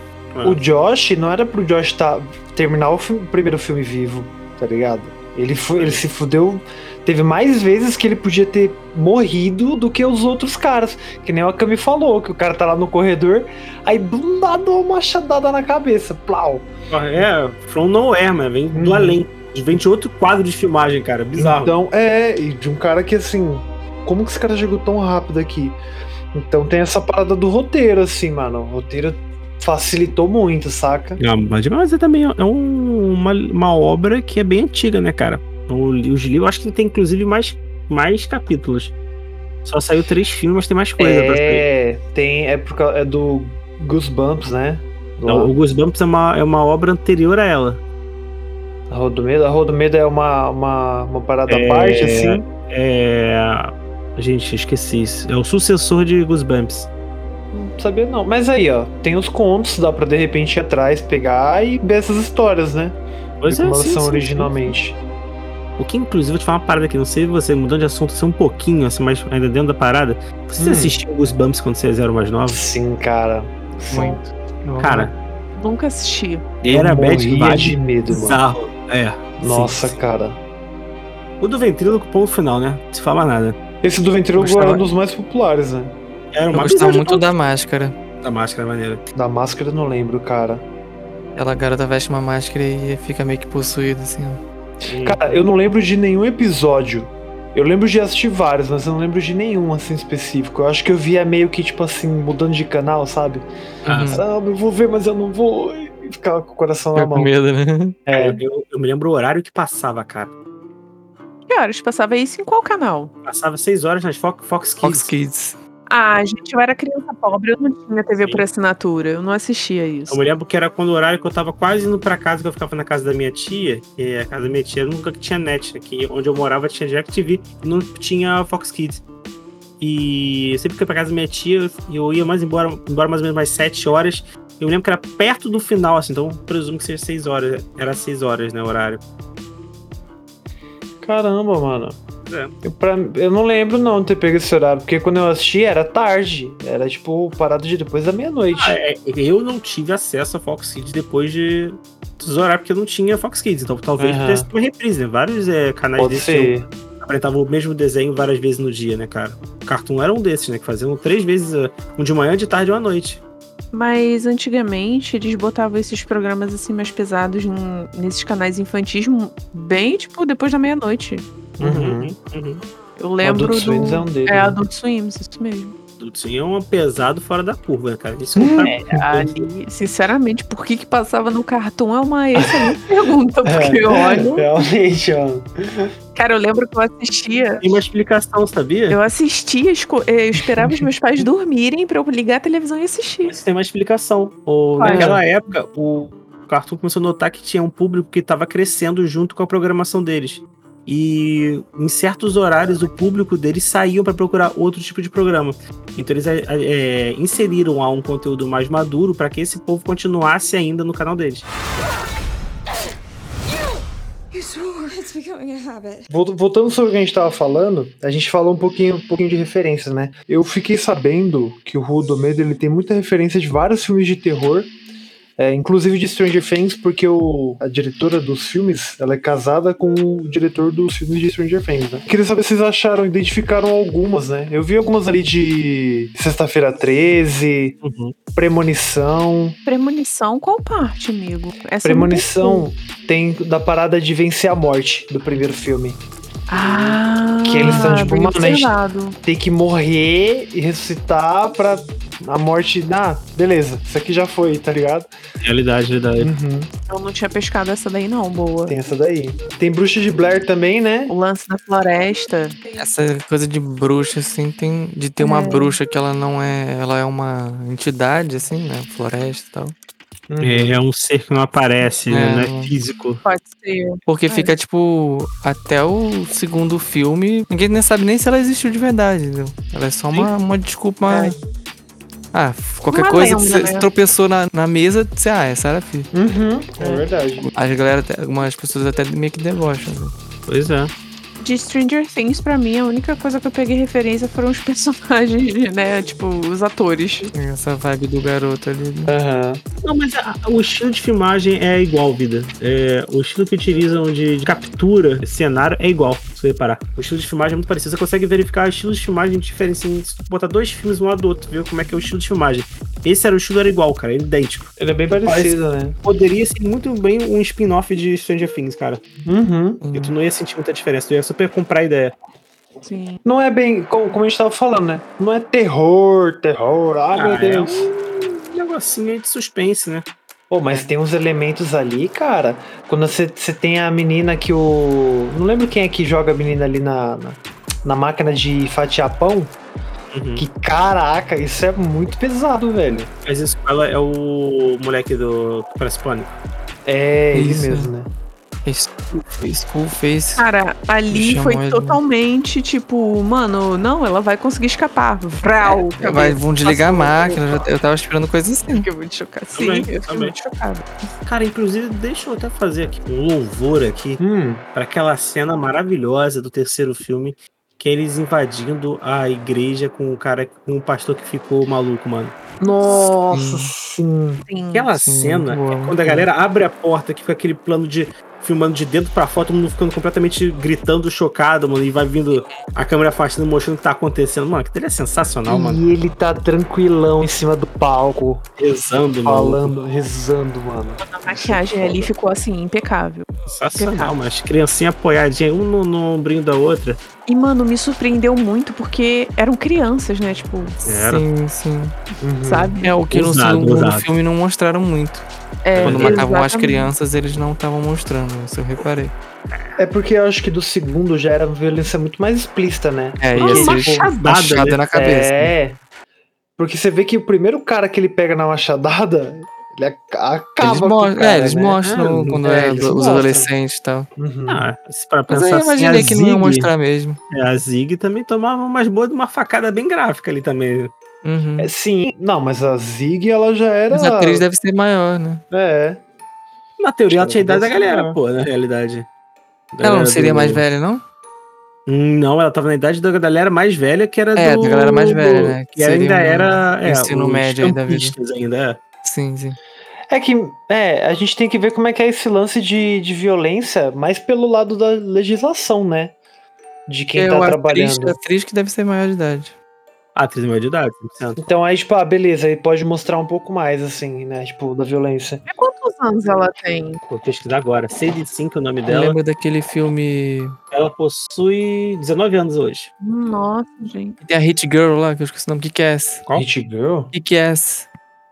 A: o Josh não era pro Josh tá, terminar o fi- primeiro filme vivo, tá ligado? Ele, foi, ele se fudeu. Teve mais vezes que ele podia ter morrido do que os outros caras. Que nem o Akami falou, que o cara tá lá no corredor, aí do nada uma machadada na cabeça. Plau.
C: É, From Nowhere, mano. Vem do
A: Uhum.
C: além. Vem de outro quadro de filmagem, cara. Bizarro.
A: Então, é, e de um cara que assim, como que esse cara chegou tão rápido aqui? Então tem essa parada do roteiro, assim, mano. O roteiro facilitou muito, saca?
C: Não, mas mas é também é um- uma, uma obra que é bem antiga, né, cara? O li- Os livros, acho que tem inclusive mais, mais capítulos. Só saiu três filmes, mas tem mais coisa pra sair.
A: É, tem, é, por, cau- é do Goosebumps, né? Do,
C: Não, o Goosebumps é uma, é uma obra anterior a ela.
A: A Rua do Medo. A Rua do Medo é uma, uma, uma parada à
C: É.
A: parte, assim.
C: É. Gente, esqueci isso. É o sucessor de Goosebumps.
A: Não sabia não. Mas aí, ó, tem os contos, dá pra de repente ir atrás, pegar e ver essas histórias, né?
C: Pois
A: De como
C: é,
A: elas
C: sim,
A: são
C: sim,
A: originalmente.
C: O que, inclusive, vou te falar uma parada aqui. Não sei você, mudando de assunto assim, um pouquinho, assim, mas ainda dentro da parada. Você
A: Hum.
C: assistiu Goosebumps quando você é zero mais nova?
A: Sim, cara. Sim.
B: Muito.
C: Cara,
D: Nunca assisti.
A: Eu
C: era bad
A: morria
C: vibe.
A: de medo, mano.
C: Bizarro. É.
A: Nossa,
C: Sim.
A: cara.
C: O do ventríloco, ponto final, né? Não se fala mais nada.
A: Esse do ventríloco
B: Gostava-
A: era um dos mais populares, né?
C: Era
B: Eu
C: uma
B: gostava
C: bizarra-
B: muito da máscara.
C: da máscara maneira.
A: Da máscara eu não lembro, cara.
B: Ela, a garota, veste uma máscara e fica meio que possuída, assim, ó.
D: Hum.
A: Cara, eu não lembro de nenhum episódio. Eu lembro de assistir vários, mas eu não lembro de nenhum assim específico. Eu acho que eu via meio que, tipo assim, mudando de canal, sabe?
C: Ah,
D: Hum.
B: Uhum.
A: Caramba, eu vou ver, mas eu não vou. E ficava com o coração na
B: Fica com
A: mão.
B: medo, né?
A: É,
C: Eu, eu me lembro o horário que passava, cara.
D: Que horas passava isso em qual canal?
C: Passava seis horas nas Fox, Fox Kids.
B: Fox Kids.
D: Ah, gente, eu era criança pobre, eu não tinha TV
C: Sim.
D: por assinatura, eu não assistia isso.
C: Eu me lembro que era quando o horário que eu tava quase indo pra casa, que eu ficava na casa da minha tia, que a casa da minha tia nunca tinha net. Aqui onde eu morava tinha Jack TV e não tinha Fox Kids. E eu sempre que ia pra casa da minha tia, eu ia mais embora, embora mais ou menos mais sete horas. Eu lembro que era perto do final, assim, então eu presumo que seja seis horas. Era seis horas, né, o horário.
A: caramba, mano.
C: É.
A: Eu, pra- eu não lembro não de ter pego esse horário, porque quando eu assisti era tarde. Era tipo parado de depois da meia-noite.
C: Ah, é, eu não tive acesso a Fox Kids depois de desorar, porque eu não tinha Fox Kids. Então talvez
A: Aham.
C: tivesse uma reprise, né? Vários é, canais
A: Pode
C: desses
A: ser.
C: apresentavam o mesmo desenho várias vezes no dia, né, cara? O Cartoon era um desses, né? Que faziam três vezes, eh, um de manhã, de tarde e uma noite.
D: Mas antigamente eles botavam esses programas assim mais pesados num- nesses canais infantis mu- bem tipo depois da meia-noite.
A: Uhum.
C: uhum.
D: Eu lembro
A: Adult Swim é
D: do...
A: um deles.
D: É
A: né?
D: Adult Swim, isso mesmo.
C: Dudzinho é um pesado fora da curva, né, cara. Isso não
D: É.
C: tá-
D: Ali, sinceramente, por que que passava no cartão é uma excelente
A: É,
D: pergunta, porque eu olho...
A: Realmente, ó. é.
D: Cara, eu lembro que eu assistia...
C: Tem uma explicação, sabia?
D: Eu assistia, esco- eh, eu esperava os meus pais dormirem pra eu ligar a televisão e assistir.
C: Isso tem uma explicação. O-
D: Qual é?
C: naquela época, o Cartoon começou a notar que tinha um público que estava crescendo junto com a programação deles. E em certos horários, o público deles saía para procurar outro tipo de programa. Então eles é, é, inseriram lá um conteúdo mais maduro para que esse povo continuasse ainda no canal deles.
E: You swore it's becoming a habit.
A: Vol- Voltando sobre o que a gente tava falando, a gente falou um pouquinho, um pouquinho de referências, né? Eu fiquei sabendo que o Rua do Medo ele tem muita referência de vários filmes de terror, é, inclusive de Stranger Things, porque o, a diretora dos filmes ela é casada com o diretor dos filmes de Stranger Things, né? Queria saber se vocês acharam, identificaram algumas, né? Eu vi algumas ali de Sexta-feira 13, Premonição.
D: Premonição, qual parte, amigo? Essa eu não
A: Premonição tem da parada de vencer a morte do primeiro filme.
D: Ah,
A: Que eles são, tipo,
D: bem
A: mano, a gente-
D: observado.
A: tem que morrer e ressuscitar pra a morte. Ah, beleza, isso aqui já foi, tá ligado?
C: Realidade, realidade.
A: Uhum,
D: Eu não tinha pescado essa daí, não, boa.
A: tem essa daí. Tem Bruxa de Blair também, né?
D: O lance da floresta.
B: Essa coisa de bruxa, assim, tem de ter uma
D: É.
B: bruxa que ela não é. Ela é uma entidade, assim, né? Floresta e tal.
A: Uhum.
C: É, é um ser que não aparece, né?
B: É.
C: Não é físico.
D: Pode ser.
B: Porque
D: É.
B: fica, tipo, até o segundo filme, ninguém nem sabe nem se ela existiu de verdade, entendeu? Ela é só uma, uma desculpa. uma-
D: É.
B: Ah, f- qualquer
D: Uma
B: coisa
D: lenda,
B: que você
D: né?
B: tropeçou na, na mesa, você, ah, essa era a filha.
A: Uhum, é verdade.
B: As galera, até- algumas pessoas até meio que debocham. né?
C: Pois é.
D: De Stranger Things, pra mim, a única coisa que eu peguei referência foram os personagens, né? Tipo, os atores.
B: Tem Essa vibe do garoto ali. né?
A: Aham.
C: Não, mas a- o estilo de filmagem é igual, vida. É, o estilo que utilizam de, de captura cenário é igual, se você reparar. O estilo de filmagem é muito parecido. Você consegue verificar estilos de filmagem diferentes. assim, Se tu botar dois filmes um lado do outro, ver como é que é o estilo de filmagem. Esse era o estilo, era igual, cara, era idêntico.
A: Ele é bem parecido, né?
C: Poderia ser muito bem um spin-off de Stranger Things, cara.
A: Uhum.
C: Porque tu não ia sentir muita diferença, tu ia super comprar a ideia.
D: Sim.
A: Não é bem, como, como a gente tava falando, né? Não é terror, terror, ah, meu
C: Ah, é
A: Deus.
C: Um negocinho de suspense, né?
A: Pô, mas tem uns elementos ali, cara. Quando você você tem a menina que o. Não lembro quem é que joga a menina ali na, na, na máquina de fatiar pão.
C: Uhum.
A: Que caraca, isso é muito pesado, velho.
C: Mas isso ela é o moleque do que Parece Pânico.
A: É,
B: Isso.
A: ele mesmo, né?
B: É School face.
D: Cara, ali
B: Chamou
D: foi
B: ele, né?
D: totalmente tipo, mano, não, ela vai conseguir escapar. Vral. cabeça,
B: É, Vai, vão desligar a
D: passou.
B: máquina. eu já- eu tava esperando coisa assim.
D: Fiquei muito chocada. Sim,
C: Também,
D: eu fiquei
C: também.
D: muito chocada.
C: Cara, inclusive, deixa eu até fazer aqui um louvor aqui.
A: Hum,
C: para aquela cena maravilhosa do terceiro filme, que é eles invadindo a igreja com o cara, com o pastor que ficou maluco, mano.
A: nossa, sim.
D: Sim.
C: Aquela
B: Sim,
C: cena,
B: muito boa,
C: é quando a galera abre a porta, que fica aquele plano de filmando de dentro pra fora, todo mundo ficando completamente gritando, chocado, mano, e vai vindo a câmera afastando, mostrando o que tá acontecendo. Mano, que dele é sensacional, mano.
A: E ele tá tranquilão em cima do palco,
C: Rezando, mano.
A: falando, rezando, mano.
D: A maquiagem ali ficou assim, impecável.
C: Sensacional, mano. As criancinhas apoiadinhas, um no, no ombrinho da outra.
D: E, mano, me surpreendeu muito porque eram crianças, né? Tipo,
B: Hum.
C: Era.
B: Sim, sim.
A: Uhum.
D: sabe?
B: É o que no
C: Usado,
B: segundo
C: usado.
B: filme não mostraram muito.
D: É,
B: Quando
C: exatamente.
B: matavam as
D: exatamente.
B: crianças, eles não estavam mostrando. Isso eu reparei.
A: É porque eu acho que do segundo já era uma violência muito mais explícita, né?
B: É,
A: Uma
B: ia ser
C: machadada,
B: machada
C: né?
B: na cabeça.
A: É. Porque você vê que o primeiro cara que ele pega na machadada, ele ac- acaba.
B: Eles,
A: com o
B: mostram,
A: cara,
B: é, eles
A: né?
B: mostram
A: É,
B: quando
A: é,
B: é,
A: eles
B: os
A: mostram.
B: adolescentes e tal.
A: Uhum.
C: Ah, se para
B: Mas
C: pensar
B: eu
C: assim,
B: imaginei
C: a
B: que não ia
C: Zig-
B: mostrar mesmo.
C: É, A Zig também tomava umas boas de uma facada bem gráfica ali também.
B: Uhum.
A: É, sim, não, mas a Zig ela já era.
B: Mas a atriz deve ser maior, né?
A: É.
C: Na teoria, ela tinha a idade da
A: Desse
C: galera,
A: não.
C: pô, na realidade.
A: É,
C: Da
B: Ela
C: galera
B: não seria
C: do-
B: mais velha, não?
C: Hum, Não, ela tava na idade da galera mais velha, que era
B: É,
C: do...
B: da galera mais velha, né? Que
C: Que
B: seria
C: ainda
B: um
C: era... É,
B: ensino
C: os
B: médio aí da vida.
C: campistas ainda, é.
B: Sim, sim.
A: É que é, a gente tem que ver como é que é esse lance de, de violência, mais pelo lado da legislação, né? De quem
B: é
A: tá
B: o atriz,
A: trabalhando.
B: a atriz que deve ser maior de idade.
C: Ah, atriz maior de idade, 100%.
A: Então aí, tipo, ah, beleza, aí pode mostrar um pouco mais, assim, né? Tipo, da violência.
D: É quantos Quantos anos ela tem?
C: Vou pesquisar agora. 6 de 5 é o nome
B: Eu
C: dela.
B: lembro daquele filme.
C: Ela possui 19 anos hoje.
D: Nossa, gente.
B: que Tem a Hit Girl lá, que eu esqueci o nome. Que ass
C: Qual?
A: Hit Girl?
B: Que ass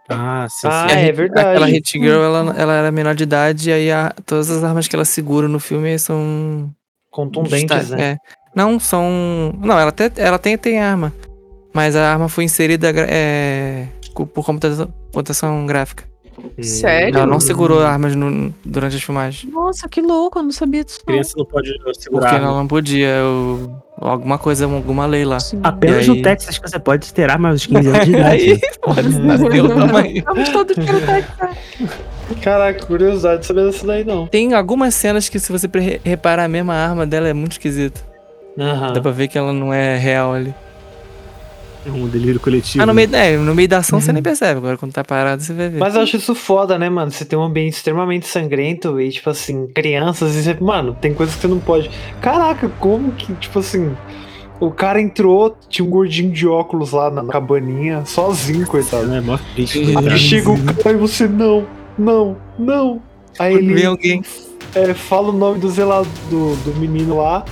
C: Ah, sim,
A: Ah,
C: sim.
A: é verdade.
B: Aquela Hit Girl, ela, ela era menor de idade, e aí a- todas as armas que ela segura no filme são.
A: Contundentes,
B: justa-
A: né?
B: é. Não, são. Não, ela, até, ela tem, tem arma. Mas a arma foi inserida gra- é, co- por computação, computação gráfica.
C: Hum.
D: Sério?
B: Ela não segurou armas no- durante as filmagens.
D: Nossa, que louco, eu não sabia disso. não.
C: Criança não pode
B: Porque
C: segurar.
B: ela não podia. o- alguma coisa, alguma lei lá.
D: Sim.
C: Apenas
B: E aí?
C: no Texas que você pode ter armas de 15 anos de idade.
B: Nasceu também.
D: Estamos todos pirotecas.
A: Caraca, curiosidade de saber dessa daí, não.
B: Tem algumas cenas que, se você pre- reparar, a mesma arma dela é muito esquisita.
A: Aham.
B: Dá pra ver que ela não é real ali.
C: É um delírio
A: Tipo.
C: coletivo.
B: Ah, no meio, é, no meio da ação você nem percebe. Agora, quando tá parado, você vai ver.
A: Uhum. Mas eu acho isso foda, né, mano? Você tem um ambiente extremamente sangrento e, tipo assim, crianças, e você, mano, tem coisas que você não pode. Caraca, como que, tipo assim, o cara entrou, tinha um gordinho de óculos lá na cabaninha, sozinho, coitado.
C: né? Mó triste,
B: Sim.
A: Aí
C: coitado.
A: chega o cara e você, não, não, não. Aí
B: Quando vem
A: ele
B: alguém.
A: é, fala o nome do zelado do, do menino lá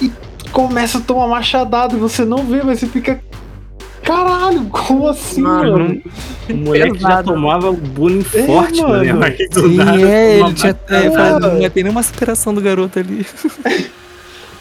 A: e começa a tomar machadada e você não vê, mas você fica. Caralho, como assim,
D: Mano,
A: mano?
C: O moleque já
D: Pesado.
C: tomava um bullying
A: É,
C: forte,
A: mano.
C: né? Mas do
B: E
C: nada,
B: é,
C: uma
B: ele tinha até.
A: Ah.
B: faz- Não é tem nenhuma superação do garoto ali.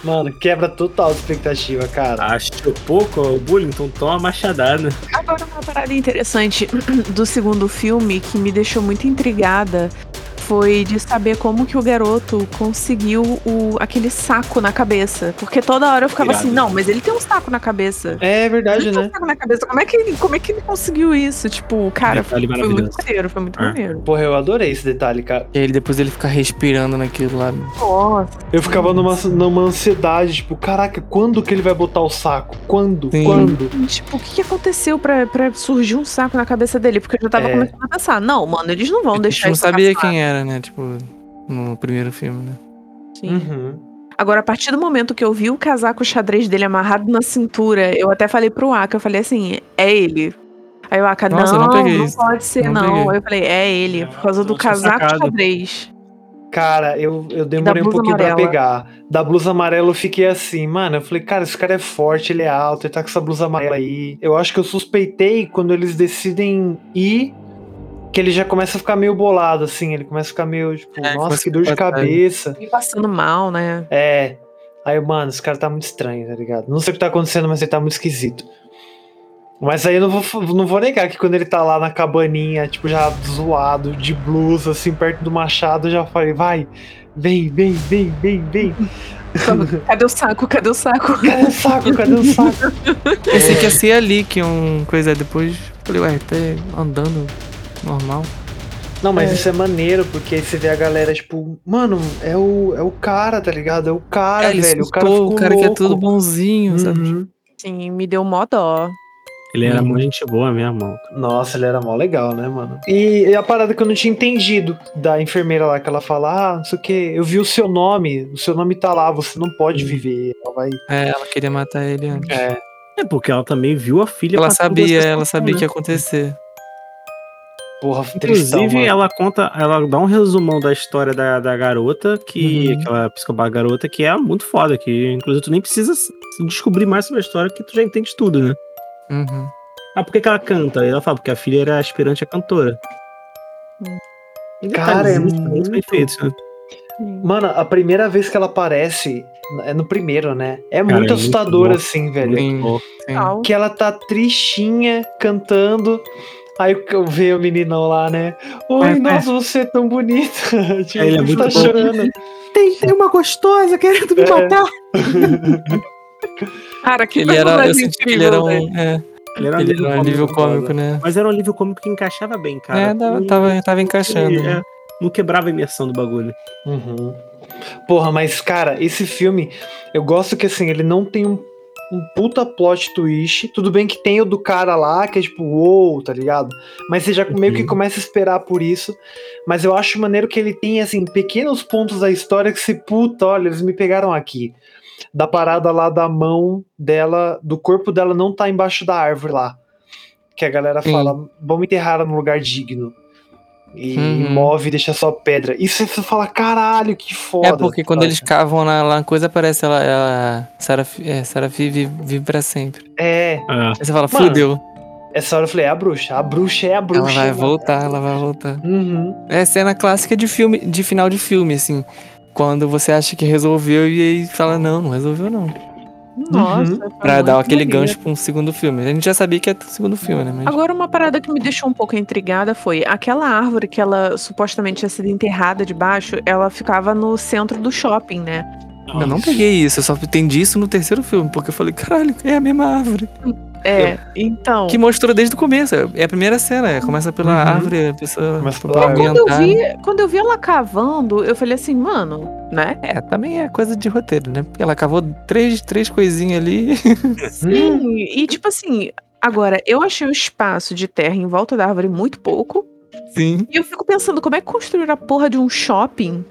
A: Mano, quebra total a expectativa, cara.
C: Achou pouco ó, o bullying, então toma machadada.
D: Agora uma parada interessante do segundo filme que me deixou muito intrigada foi de saber como que o garoto conseguiu o, aquele saco na cabeça. Porque toda hora eu ficava
C: Irado.
D: assim, não, mas ele tem um saco na cabeça.
A: É verdade,
D: Ele tem
A: né?
D: um saco na cabeça. Como é que ele, como é que ele conseguiu isso? Tipo, cara, foi,
C: Detalhe
D: muito
C: É maravilhoso.
D: maneiro, foi muito
C: É.
D: maneiro.
A: Porra, eu adorei esse detalhe, cara.
B: E aí depois ele fica respirando naquilo lá.
D: Nossa,
A: Eu ficava numa, numa ansiedade, tipo, caraca, quando que ele vai botar o saco? Quando?
B: Sim.
A: Quando?
D: tipo, o que, que aconteceu pra, pra surgir um saco na cabeça dele? Porque eu já tava
A: É.
D: começando a pensar, não, mano, eles não vão
B: a gente
D: deixar
B: não
D: isso
B: sabia
D: passar.
B: quem era, né? Tipo, no primeiro filme, né?
D: Sim.
A: Uhum.
D: Agora, a partir do momento que eu vi o casaco xadrez dele amarrado na cintura, eu até falei pro Aka, eu falei assim, é ele. Aí o Aka,
B: Nossa, eu
D: não,
B: não
D: não,
B: peguei isso.
D: pode ser,
B: Não
D: não.
B: peguei.
D: Aí eu falei, é ele, por causa do
C: Eu tinha
D: casaco
C: sacado.
D: xadrez.
A: Cara, eu, eu demorei um
D: blusa
A: pouquinho pra
D: amarela.
A: pegar. Da blusa amarela eu fiquei assim, mano. Eu falei, cara, esse cara é forte, ele é alto, ele tá com essa blusa amarela aí. Eu acho que eu suspeitei quando eles decidem ir, que ele já começa a ficar meio bolado, assim. Ele começa a ficar meio, tipo,
B: É,
A: nossa,
B: começa
A: que dor de
B: a ficar-
A: cabeça.
D: Me passando mal, né?
A: É. Aí, eu, mano, esse cara tá muito estranho, tá ligado? Não sei o que tá acontecendo, mas ele tá muito esquisito. Mas aí eu não vou, não vou negar que quando ele tá lá na cabaninha, tipo, já zoado, de blusa, assim, perto do machado, eu já falei, vai, vem, vem, vem, vem, vem.
D: Cadê o saco? Cadê o saco?
A: Cadê o saco? Cadê o saco?
B: Pensei que ia ser ali que um coisa depois. Falei, ué, tá andando normal.
A: Não, mas isso é maneiro, porque aí você vê a galera, tipo, mano, é o, é o cara, tá ligado? É o cara,
B: É, ele
A: velho. O cara,
B: assustou,
A: ficou
B: o cara que é
A: louco.
B: todo bonzinho, sabe?
A: Uhum.
D: Sim, me deu mó dó.
C: Ele era
B: Uhum.
C: muito gente boa mesmo. mano.
A: Nossa, ele era mó legal, né, mano? E, e a parada que eu não tinha entendido da enfermeira lá, que ela fala, ah, não sei o que, eu vi o seu nome, o seu nome tá lá, você não pode viver, ela vai...
B: É, ela queria matar ele antes.
A: É,
C: Hum. É porque ela também viu a filha.
B: Ela
C: passando
B: sabia,
C: essa
B: ela
C: situação,
B: sabia
C: né?
B: que ia acontecer.
A: porra, tristão,
C: Inclusive,
A: mano.
C: ela conta, ela dá um resumão da história da, da garota, que
B: Uhum.
C: aquela psicopata garota, que é muito foda, que inclusive tu nem precisa s- descobrir mais sobre a história, que tu já entende tudo, né?
B: Uhum.
C: Ah, por que, que ela canta? Ela fala, porque a filha era aspirante a cantora.
A: Cara, é
C: Detalhezinhos muito bem
A: muito-
C: feitos, né?
A: Mano, a primeira vez que ela aparece, é no primeiro, né? É
C: Cara, é
A: muito
C: muito Então-
A: assustador,
C: bom.
A: assim, velho.
B: Sim.
C: Muito bom.
B: Sim.
D: Tal.
A: que ela tá tristinha cantando. Aí eu vejo o meninão lá, né? Oi,
C: É, é.
A: nossa, você é tão bonita. tipo,
C: Ele é muito
A: tá
C: bom.
A: chorando.
C: Tem, tem uma gostosa querendo me
A: É.
C: matar.
D: Cara, que
B: Ele era,
A: é
B: eu
D: personagem
B: senti que ele era
D: incrível,
B: um, é,
C: Ele era
B: ele era um nível
C: foda.
B: cômico, né?
C: Mas era um nível cômico que encaixava bem, cara.
B: É, dava-
C: Não-
B: tava, tava encaixando. né?
C: é, não quebrava a imersão do bagulho.
A: Uhum. Porra, mas cara, esse filme, eu gosto que assim, ele não tem um, um puta plot twist. Tudo bem que tem o do cara lá, que é tipo, uou, tá ligado? Mas você já meio que
C: Uhum.
A: começa a esperar por isso. Mas eu acho maneiro que ele tem, assim, pequenos pontos da história que você, puta, olha, eles me pegaram aqui. Da parada lá da mão dela, do corpo dela não tá embaixo da árvore lá. Que a galera
B: Sim.
A: fala, vamos enterrar ela num lugar digno. E
B: Uhum.
A: move e deixa só pedra. Isso você fala, caralho, que foda.
B: É porque quando
A: Nossa.
B: eles cavam na, na coisa, aparece ela. ela Saraf, é, Sarafi vive, vive pra sempre.
A: É,
C: Ah,
B: Aí você fala,
A: Mano,
B: fudeu.
A: essa hora eu falei, é a bruxa. A bruxa é a bruxa.
B: Ela vai
A: mano.
B: voltar, ela vai voltar.
A: Uhum.
B: É cena clássica de filme, de final de filme, assim. Quando você acha que resolveu e aí fala, não, não resolveu
A: É
B: não.
D: Nossa. foi
B: Uhum. Pra
D: muito
B: dar aquele
D: maneiro.
B: gancho pra um segundo filme. A gente já sabia que é segundo filme, né? Mas...
D: Agora, uma parada que me deixou um pouco intrigada foi aquela árvore que ela supostamente tinha sido enterrada debaixo, ela ficava no centro do shopping, né?
B: Eu não peguei isso, eu só entendi isso no terceiro filme, porque eu falei, caralho, é a mesma árvore.
D: É, então.
B: Que mostrou desde o começo, é a primeira cena, é, começa pela
A: Uhum.
B: árvore, a pessoa...
A: Começa
B: pra
A: pela árvore.
D: Quando eu,
B: orientar.
D: vi, quando eu vi ela cavando, eu falei assim, mano, né?
B: É, também é coisa de roteiro, né? Porque ela cavou três, três coisinhas ali.
A: Hum.
D: Sim, e tipo assim, agora, eu achei o espaço de terra em volta da árvore muito pouco.
B: Sim.
D: E eu fico pensando, como é que construíram a porra de um shopping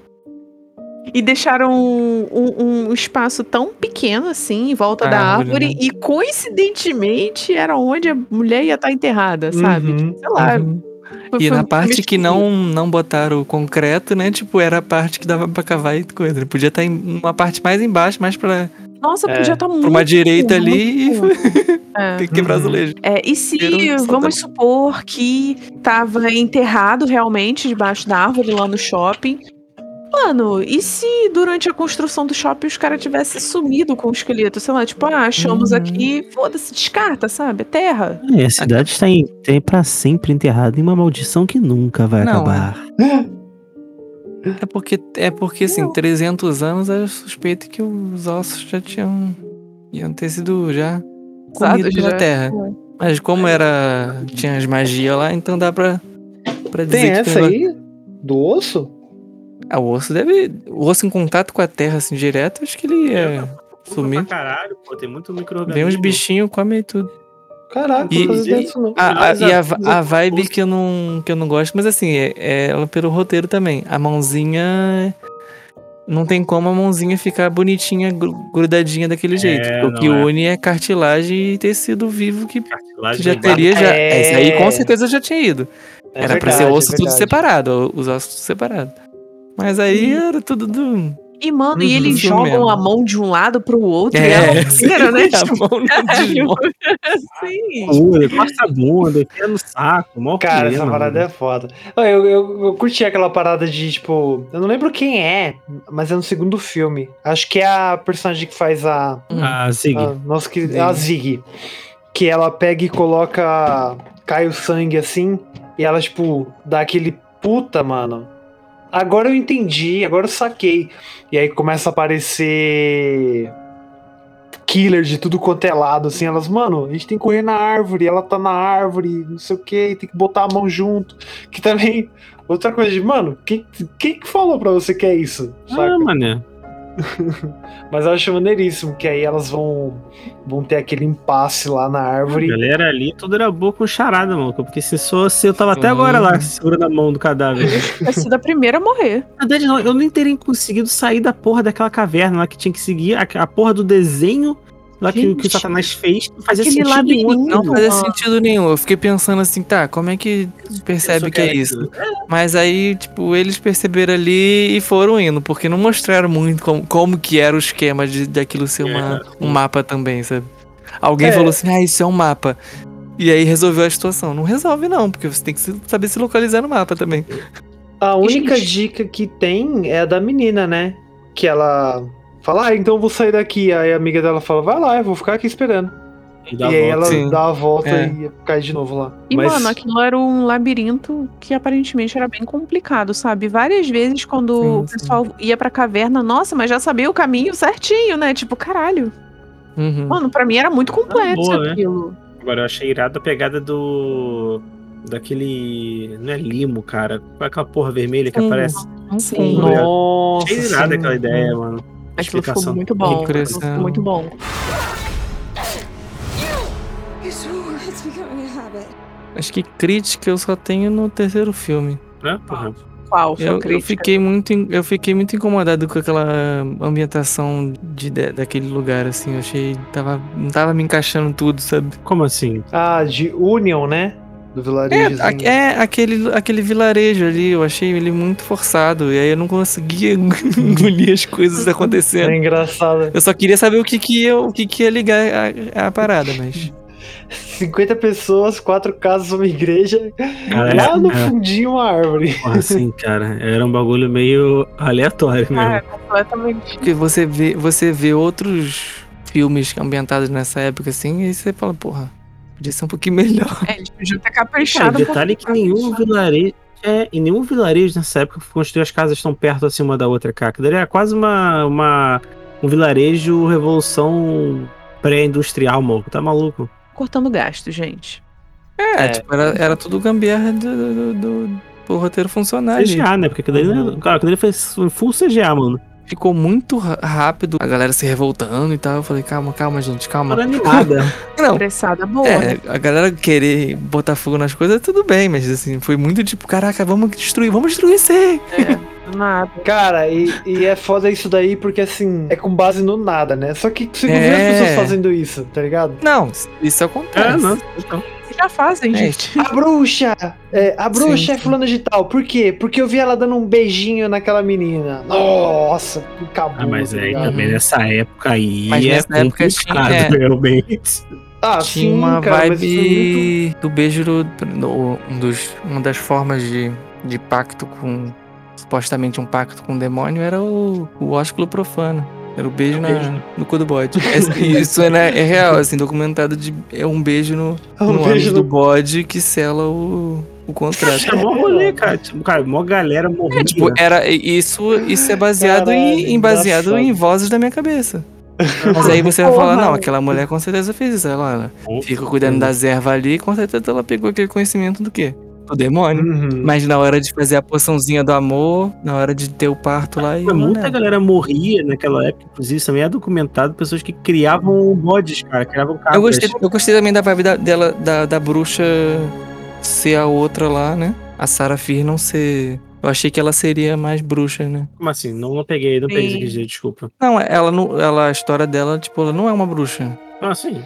D: e deixaram um, um- um espaço tão pequeno assim em volta
B: A
D: da
B: árvore, né?
D: árvore e coincidentemente era onde a mulher ia estar enterrada, sabe? Tipo,
A: Uhum.
D: Sei
B: Ah,
D: lá. foi-
B: E
D: foi
B: na
D: meio
B: parte que
D: esquisito.
B: não, não botaram o concreto, né? Tipo, era a parte que dava pra cavar e coisa. Podia estar em uma parte mais embaixo, mais pra,
D: Nossa,
A: É,
D: podia estar muito.
B: pra uma direita
D: muito
B: ali e
D: fundo.
B: tem que quebrar
A: Uhum.
B: azulejo.
D: É, e se
B: Era um
D: vamos supor que tava enterrado realmente debaixo da árvore lá no shopping? Mano, e se durante a construção do shopping os caras tivessem sumido com o esqueleto? Sei lá, tipo, ah, achamos
B: Uhum.
D: aqui, foda-se, descarta, sabe? É terra.
C: É, a cidade está em, é pra sempre enterrada em uma maldição que nunca vai
B: Não,
C: acabar.
B: É porque, é porque assim,
D: Não.
B: 300 anos eu suspeito que os ossos já tinham. iam ter sido já comidos
D: Sabe,
B: pela
D: já.
B: terra.
D: É.
B: Mas como era. tinha as magias lá, então dá pra. Pra dizer
A: Tem
B: que
A: essa
B: pela-
A: aí? Do osso?
B: Ah, o osso deve. O osso em contato com a terra, assim, direto, acho que ele é. Sumiu.
C: caralho, pô, tem muito micro-organismo.
B: Vem uns bichinhos, come tudo.
A: Caraca,
B: E-
A: não fazia isso não.
B: Ah, ah,
C: Mas é
B: e a,
C: a-
B: va- a vibe que eu, não, que eu não gosto, mas assim, é, é ela pelo roteiro também. A mãozinha. Não tem como a mãozinha ficar bonitinha, gru- grudadinha daquele jeito. o
C: não
B: que
C: é. Tá
B: une é cartilagem e tecido vivo que tu já
C: teria.
B: teria já.
A: É.
B: Esse aí com certeza eu já tinha ido.
A: É
B: era pra
A: verdade,
B: ser
A: é
B: osso tudo
A: verdade.
B: separado, os ossos tudo separado. Mas aí
A: Hum.
B: era tudo do.
D: E, mano,
A: Uhum,
D: e eles
B: isso
D: jogam
B: mesmo.
D: a mão de um lado pro outro e
B: É. Tá
D: é loucura, né?
B: A
D: Tipo,
B: mão não desmonta.
D: Sim.
C: Pula, passa a bunda, pé no saco, mó
A: Cara, essa
C: pena,
A: parada
C: mano.
A: é foda. Ó, Eu, eu, eu curti aquela parada de, tipo, eu não lembro quem é, mas é no segundo filme. Acho que é a personagem que faz a.
C: Ah, Zig.
A: a nossa querida. A Zig. Que ela pega e coloca. Cai o sangue assim. E ela, tipo, dá aquele puta, mano. Agora eu entendi, agora eu saquei. E aí começa a aparecer. Killer de tudo quanto é lado, assim, elas, mano, a gente tem que correr na árvore, ela tá na árvore, não sei o que, tem que botar a mão junto. Que também, outra coisa de, mano, quem, quem que falou pra você que é isso? Saca?
C: Ah, mané.
A: Mas eu acho maneiríssimo, que aí elas vão, vão ter aquele impasse lá na
C: A
A: árvore.
C: galera ali, tudo era boa com charada, maluco. Porque se fosse, eu tava até
B: Sim.
C: agora lá segurando a mão do cadáver.
D: Vai ser da primeira a morrer.
C: Na verdade, não, eu nem teria conseguido sair da porra daquela caverna lá que tinha que seguir a, a porra do desenho lá que, o- que o
D: Gente,
C: Satanás fez. Não fazia
D: aquele
C: sentido nenhum.
D: labirinto,
B: Não
D: Uhum.
B: fazia sentido nenhum. Eu fiquei pensando assim, tá, como é que percebe que é isso? Mas aí, tipo, eles perceberam ali e foram indo, porque não mostraram muito como, como que era o esquema de, daquilo ser uma, um mapa também, sabe? Alguém
A: É.
B: falou assim, ah, isso é um mapa. E aí resolveu a situação. Não resolve não, porque você tem que se- saber se localizar no mapa também.
A: A única
D: Gente.
A: dica que tem é a da menina, né? Que ela fala, ah, então eu vou sair daqui. Aí a amiga dela fala, vai lá, eu vou ficar aqui esperando. e aí ela
B: Sim.
A: dá a volta
B: É.
A: e cai de novo lá.
D: E,
A: Mas-
D: mano, aquilo era um labirinto que aparentemente era bem complicado, sabe? Várias vezes, quando
B: Sim,
D: o pessoal ia pra caverna, nossa, mas já sabia o caminho certinho, né? Tipo, caralho.
B: Uhum.
D: Mano, pra mim era muito complexo
C: boa, né?
D: aquilo.
C: Agora eu achei irado a pegada do. Daquele. Não é limo, cara. Qual é aquela porra vermelha que
B: Sim.
C: aparece?
D: Sim.
C: Obrigado.
A: Nossa,
C: Achei irada
A: sim.
C: aquela ideia, mano.
D: Aquilo ficou
C: Explicação.
D: muito bom. né? aquilo
B: Impressão.
D: Ficou muito bom.
E: You swore it's becoming a habit.
B: Acho que crítica eu só tenho no terceiro filme.
C: Né, porra?
D: Qual foi
B: Eu, eu fiquei muito, in- eu fiquei muito incomodado com aquela ambientação de, da- daquele lugar, assim. Eu achei. Tava, não tava me encaixando tudo, sabe?
C: Como assim?
A: Ah, de Union, né? do vilarejo.
B: É, a- é aquele, aquele vilarejo ali, eu achei ele muito forçado. E aí eu não conseguia engolir as coisas acontecendo.
A: é engraçado.
B: Eu só queria saber o que, que, ia, o que, que ia ligar a, a parada, mas.
A: 50 pessoas, quatro casas, uma igreja.
C: Cara,
A: lá no
C: é,
A: fundinho, uma árvore.
C: porra, assim, cara, era um bagulho meio aleatório
D: Ah,
C: mesmo.
D: completamente.
B: Porque você vê, você vê outros filmes ambientados nessa época assim, e aí você fala, porra, podia ser um pouquinho melhor.
D: É, eles podiam ter
C: Cara, o
D: caprichado. um
C: detalhe é que
D: pouquinho.
C: nenhum vilarejo. É, em nenhum vilarejo nessa época construiu as casas tão perto assim uma da outra, cara. Aquilo ali era quase uma, uma- um vilarejo revolução pré-industrial, mano. Tá maluco?
D: Cortando gasto, gente.
B: É,
A: É.
B: tipo, era, era tudo gambiarra do, do, do- do- pro roteiro funcionar Tá ali.
C: CGA, né? Porque aquilo ali,
A: Uhum.
C: cara, aquilo ali foi full CGA, mano.
B: Ficou muito ra- rápido, a galera se revoltando e tal. Eu falei, calma, calma, gente, calma.
C: Não era animada.
B: Não,
D: Pressada boa. né?
B: É, a galera querer botar fogo nas coisas, tudo bem, mas assim, foi muito tipo, caraca, vamos destruir, vamos destruir sim.
D: Do nada.
A: Cara, e, e é foda isso daí, porque assim, é com base no nada, né? Só que você não vê
B: É.
A: as pessoas fazendo isso, tá ligado?
B: Não, isso
C: é,
B: acontece.
C: não. Então,
D: Eles já fazem,
B: É,
D: gente.
A: A bruxa! É, a bruxa
B: Sim,
A: é
B: sim.
A: fulano de tal. Por quê? Porque eu vi ela dando um beijinho naquela menina. Nossa, que acabou.
C: Ah, mas
A: tá
C: aí
A: ligado?
C: também nessa época aí
B: Mas
C: é
B: nessa época tinha-
C: complicado,
B: é.
C: realmente.
A: Ah,
B: Tinha
A: sim,
B: uma
A: cara, mas isso é muito-
B: vibe do beijo do, no- um dos, uma das formas de, de pacto com. Supostamente um pacto com o demônio era o, o ósculo profano. Era o beijo, na-
C: Beijo.
B: no cu do bode. É- Isso é, né, é real, assim, documentado de. É um beijo no,
A: É um
B: no
A: beijo
B: ânus
A: no-
B: do bode que sela o, o contrato.
C: É mó rolê, cara. Tipo, cara, mó galera né? morrendo.
B: É, tipo, era, e- isso, isso é baseado
A: Caralho,
B: em, em baseado em
A: engraçado.
B: vozes da minha cabeça. Mas aí você vai
D: Porra.
B: falar, não, aquela mulher com certeza fez isso. Ela, ela fica cuidando das ervas ali, com certeza ela pegou aquele conhecimento do quê? Do demônio.
A: Uhum.
B: Mas na hora de fazer a poçãozinha do amor, na hora de ter o parto lá e.
C: Mas Muita
B: né?
C: galera morria naquela época, inclusive, isso também é documentado, pessoas que criavam bodes, cara, criavam cabras.
B: Eu gostei, eu gostei também da vibe da- dela, da, da bruxa ser a outra lá, né? A Sarah Fear não ser. Eu achei que ela seria mais bruxa, né?
C: Como assim? Não, não peguei, não peguei isso
D: Sim.
C: que dizer, desculpa.
B: Não, ela não. Ela, a história dela, tipo, ela não é uma bruxa.
C: Ah, sim.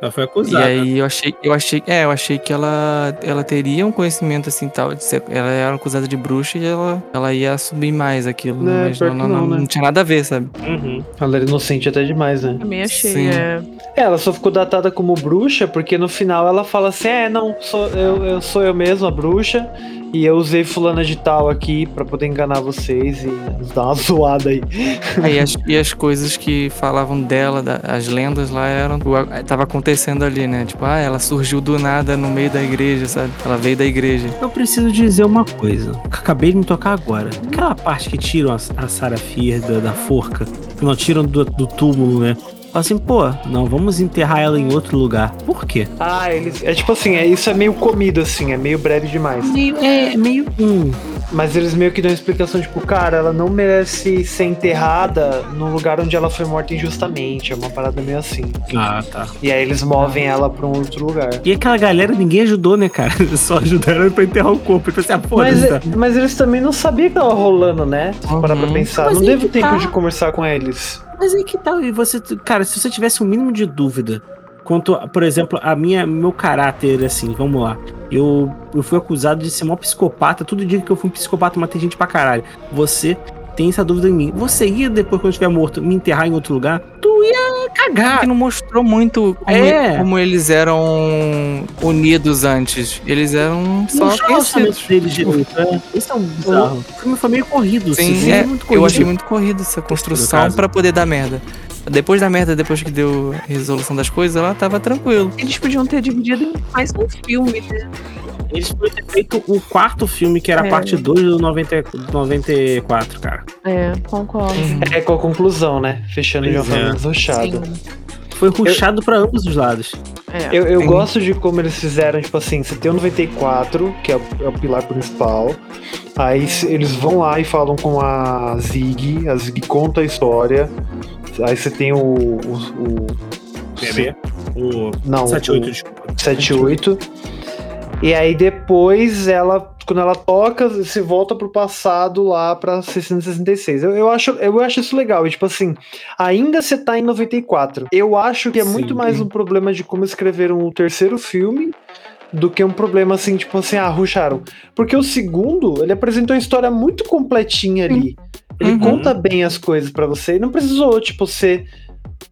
C: Ela foi
B: E
C: acusada.
B: aí eu achei, eu achei, é, eu achei que ela, ela teria um conhecimento assim tal, de ser, ela era acusada de bruxa e ela, ela ia assumir mais aquilo,
A: É,
B: mas
A: pior
B: não,
A: que
B: não,
A: não,
B: não,
A: né?
B: não tinha nada a ver, sabe?
C: Uhum.
A: Ela era inocente até demais, né?
D: Também
B: Sim.
D: achei. É.
A: É, Ela só ficou datada como bruxa, porque no final ela fala assim: é, não, sou eu, eu sou eu mesma, a bruxa, e eu usei fulana de tal aqui pra poder enganar vocês e dar uma zoada aí.
B: Aí as, e as coisas que falavam dela, da- as lendas lá eram, o- tava acontecendo ali, né? Tipo, ah, ela surgiu do nada no meio da igreja, sabe? Ela veio da igreja.
C: Eu preciso dizer uma coisa. que Acabei de me tocar agora. Aquela parte que tiram a, a Sarah Fier da, da forca, que não tiram do, do túmulo, né? Fala assim, pô, não, vamos enterrar ela em outro lugar. Por quê?
A: Ah, eles. É tipo assim, é, isso é meio comido, assim, é meio breve demais.
C: É meio. Hum,
A: Mas eles meio que dão explicação, tipo, cara, ela não merece ser enterrada num lugar onde ela foi morta injustamente. É uma parada meio assim.
C: Ah, tá.
A: E aí eles movem ela pra um outro lugar.
C: E aquela galera, ninguém ajudou, né, cara? Eles Só ajudaram pra enterrar o corpo. Ele falou assim, ah,
A: Mas, é,
C: foda-se. tá?
A: mas eles também não sabiam que tava rolando, né? Se parar pra
B: Uhum.
A: pensar.
C: Mas
A: não
C: aí
A: teve
C: que tá.
A: tempo de conversar com eles.
C: Mas aí que tal? E você, cara, se você tivesse um mínimo de dúvida quanto, a, por exemplo, a minha, meu caráter, assim, vamos lá. Eu, eu fui acusado de ser mó psicopata. Todo dia que eu fui um psicopata, matei gente pra caralho. Você tem essa dúvida em mim. Você ia, depois, quando eu estiver morto, me enterrar em outro lugar? Tu ia cagar.
A: Ah,
B: Que não mostrou muito como,
C: É.
B: como eles eram unidos antes. Eles eram
C: Não
B: só
C: tinha
B: conhecidos.
C: relacionamento deles direito. né? Esse é um bizarro. O filme foi meio corrido.
B: Sim,
C: assim,
B: é,
C: muito corrido.
B: eu achei muito corrido essa construção
C: caso.
B: pra poder dar merda. Depois da merda, depois que deu a resolução das coisas, ela tava tranquilo.
D: Eles podiam ter dividido em mais um filme, né?
C: Eles podiam ter feito o quarto filme, que era a
D: É.
C: parte 2 do 90, do 94, cara.
D: É, concordo.
A: É com a conclusão, né? Fechando de uma
C: Pois é.
A: forma ruchada.
D: Sim.
C: Foi ruxado pra ambos os lados.
D: É.
A: Eu, eu
B: Sim.
A: gosto de como eles fizeram, tipo assim, você tem o 94, que é o, é o pilar principal. Aí se- eles vão lá e falam com a Zig, a Zig conta a história. Aí você tem o. o, o
C: Bebê. O
A: não,
C: 78,
A: o
C: desculpa.
A: 78. E aí depois ela. Quando ela toca, se volta pro passado lá pra 666. Eu, eu, acho, eu acho isso legal. E, tipo assim, ainda você tá em 94. Eu acho que é
C: Sim.
A: muito mais um problema de como escreveram o terceiro filme do que um problema assim, tipo assim, ah, ruxaram. Porque o segundo, ele apresentou uma história muito completinha ali. Ele
B: Uhum.
A: conta bem as coisas pra você e não precisou, tipo, ser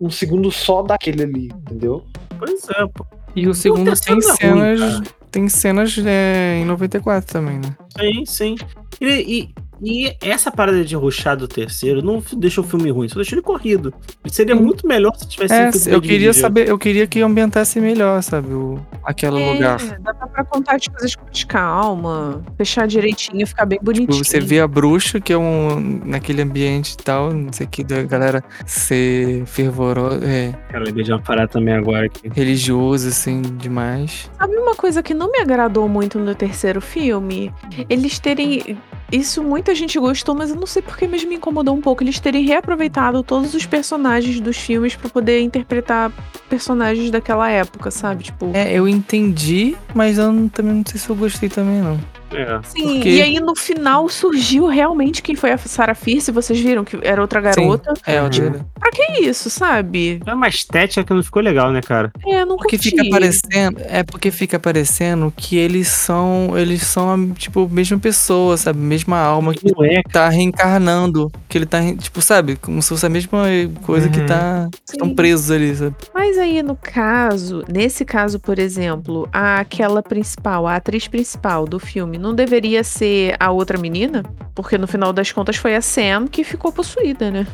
A: um segundo só daquele ali, entendeu?
C: Pois é, pô.
B: E o segundo tem
C: terceiro é ruim,
B: cenas. tem cenas é, em 94 também, né?
C: Sim, sim. E, e- e essa parada de ruxar do terceiro não f- deixa o filme ruim, só deixa ele corrido. Seria muito melhor se tivesse
B: Uhum. É,
C: sido tudo
B: eu
C: bem
B: queria
C: dividido.
B: saber, eu queria que ambientasse melhor, sabe, o, aquele lugar.
D: É, dá pra- pra contar as coisas com mais calma, fechar direitinho, ficar bem
B: Tipo,
D: bonitinho.
B: Você vê a bruxa, que é um. naquele ambiente e tal, não sei o que, da galera ser fervorosa, é,
C: Cara, lembrei de uma parada também agora aqui.
B: religiosa, assim, demais.
D: Sabe uma coisa que não me agradou muito no terceiro filme? Eles terem. Isso muita gente gostou, mas eu não sei porque mesmo me incomodou um pouco. Eles terem reaproveitado todos os personagens dos filmes pra poder interpretar personagens daquela época, sabe? Tipo.
B: É, eu entendi, mas eu não- também não sei se eu gostei também, não.
C: É.
D: Sim,
B: porque-
D: e aí no final surgiu realmente quem foi a Sarah Fierce, vocês viram que era outra garota.
B: É,
C: Uhum.
B: uhum.
D: Pra que isso, sabe?
C: É uma estética que não ficou legal, né, cara?
D: É, não
B: Porque
D: curti.
B: fica aparecendo, é porque fica aparecendo que eles são, eles são a, tipo a mesma pessoa, sabe, mesma alma que
C: Não é,
B: tá reencarnando, que ele tá, re- tipo, sabe, como se fosse a mesma coisa que
C: Uhum.
B: tá estão
D: Sim.
B: presos ali, sabe?
D: Mas aí no caso, nesse caso, por exemplo, a- aquela principal, a atriz principal do filme, não deveria ser a outra menina? Porque no final das contas foi a Sam que ficou possuída, né?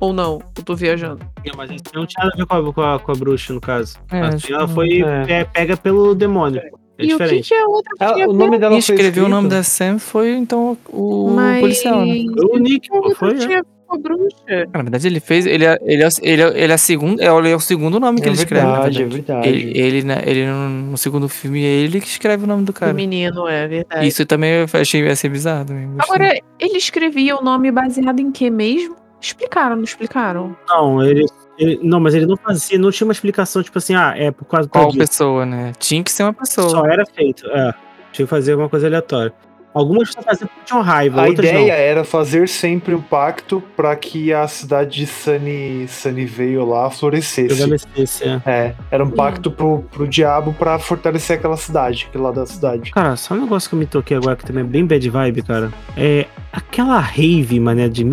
D: Ou não? Eu tô viajando.
C: mas isso não tinha nada a ver com a, com a- com a bruxa, no caso.
B: É,
C: Ela-
B: acho
C: Assim, ela
B: que-
C: foi
A: é.
C: é, pega pelo demônio. pô. É
D: e o que,
C: diferente.
D: que a outra
B: Ah,
A: Ela-
D: tinha
A: Ah, o nome dela
B: Quem
A: foi
B: escreveu o nome
A: escrito?
B: da Sam foi então o
D: Mas...
B: policial, né?
C: O Nick,
D: A
C: pô,
D: outra
C: foi? é.
D: tinha ficou bruxa.
B: Na verdade, ele fez, ele é, ele é, ele é, ele é, a segunda- é, o- é o segundo nome que
A: é
B: ele escreve, na
A: verdade, é
B: verdade.
A: verdade.
B: Ele, ele, né, ele no, no segundo filme é ele que escreve o nome do
D: O
B: cara.
D: menino, é verdade.
B: Isso também eu achei ia ser bizarro também. gostei.
D: Agora, ele escrevia o nome baseado em quê mesmo? Explicaram, não explicaram?
C: Não, ele, ele- Não, mas ele não fazia, não tinha uma explicação, tipo assim, ah, é por causa
B: qual
C: disso.
B: pessoa, né? Tinha que ser uma pessoa.
C: Só era feito. É. Tinha que fazer alguma coisa aleatória. Algumas pessoas faziam porque tinham
B: é
C: raiva,
A: A
C: outras
A: ideia é era fazer sempre um pacto pra que a cidade de Sunny, Sunny veio lá
C: não.
A: florescesse.
C: Adolescência.
A: É, era um pacto pro, pro diabo pra fortalecer aquela cidade, aquele lado da cidade.
C: Cara, só um negócio que eu me toquei agora que também é bem bad vibe, cara. É aquela rave, mané, de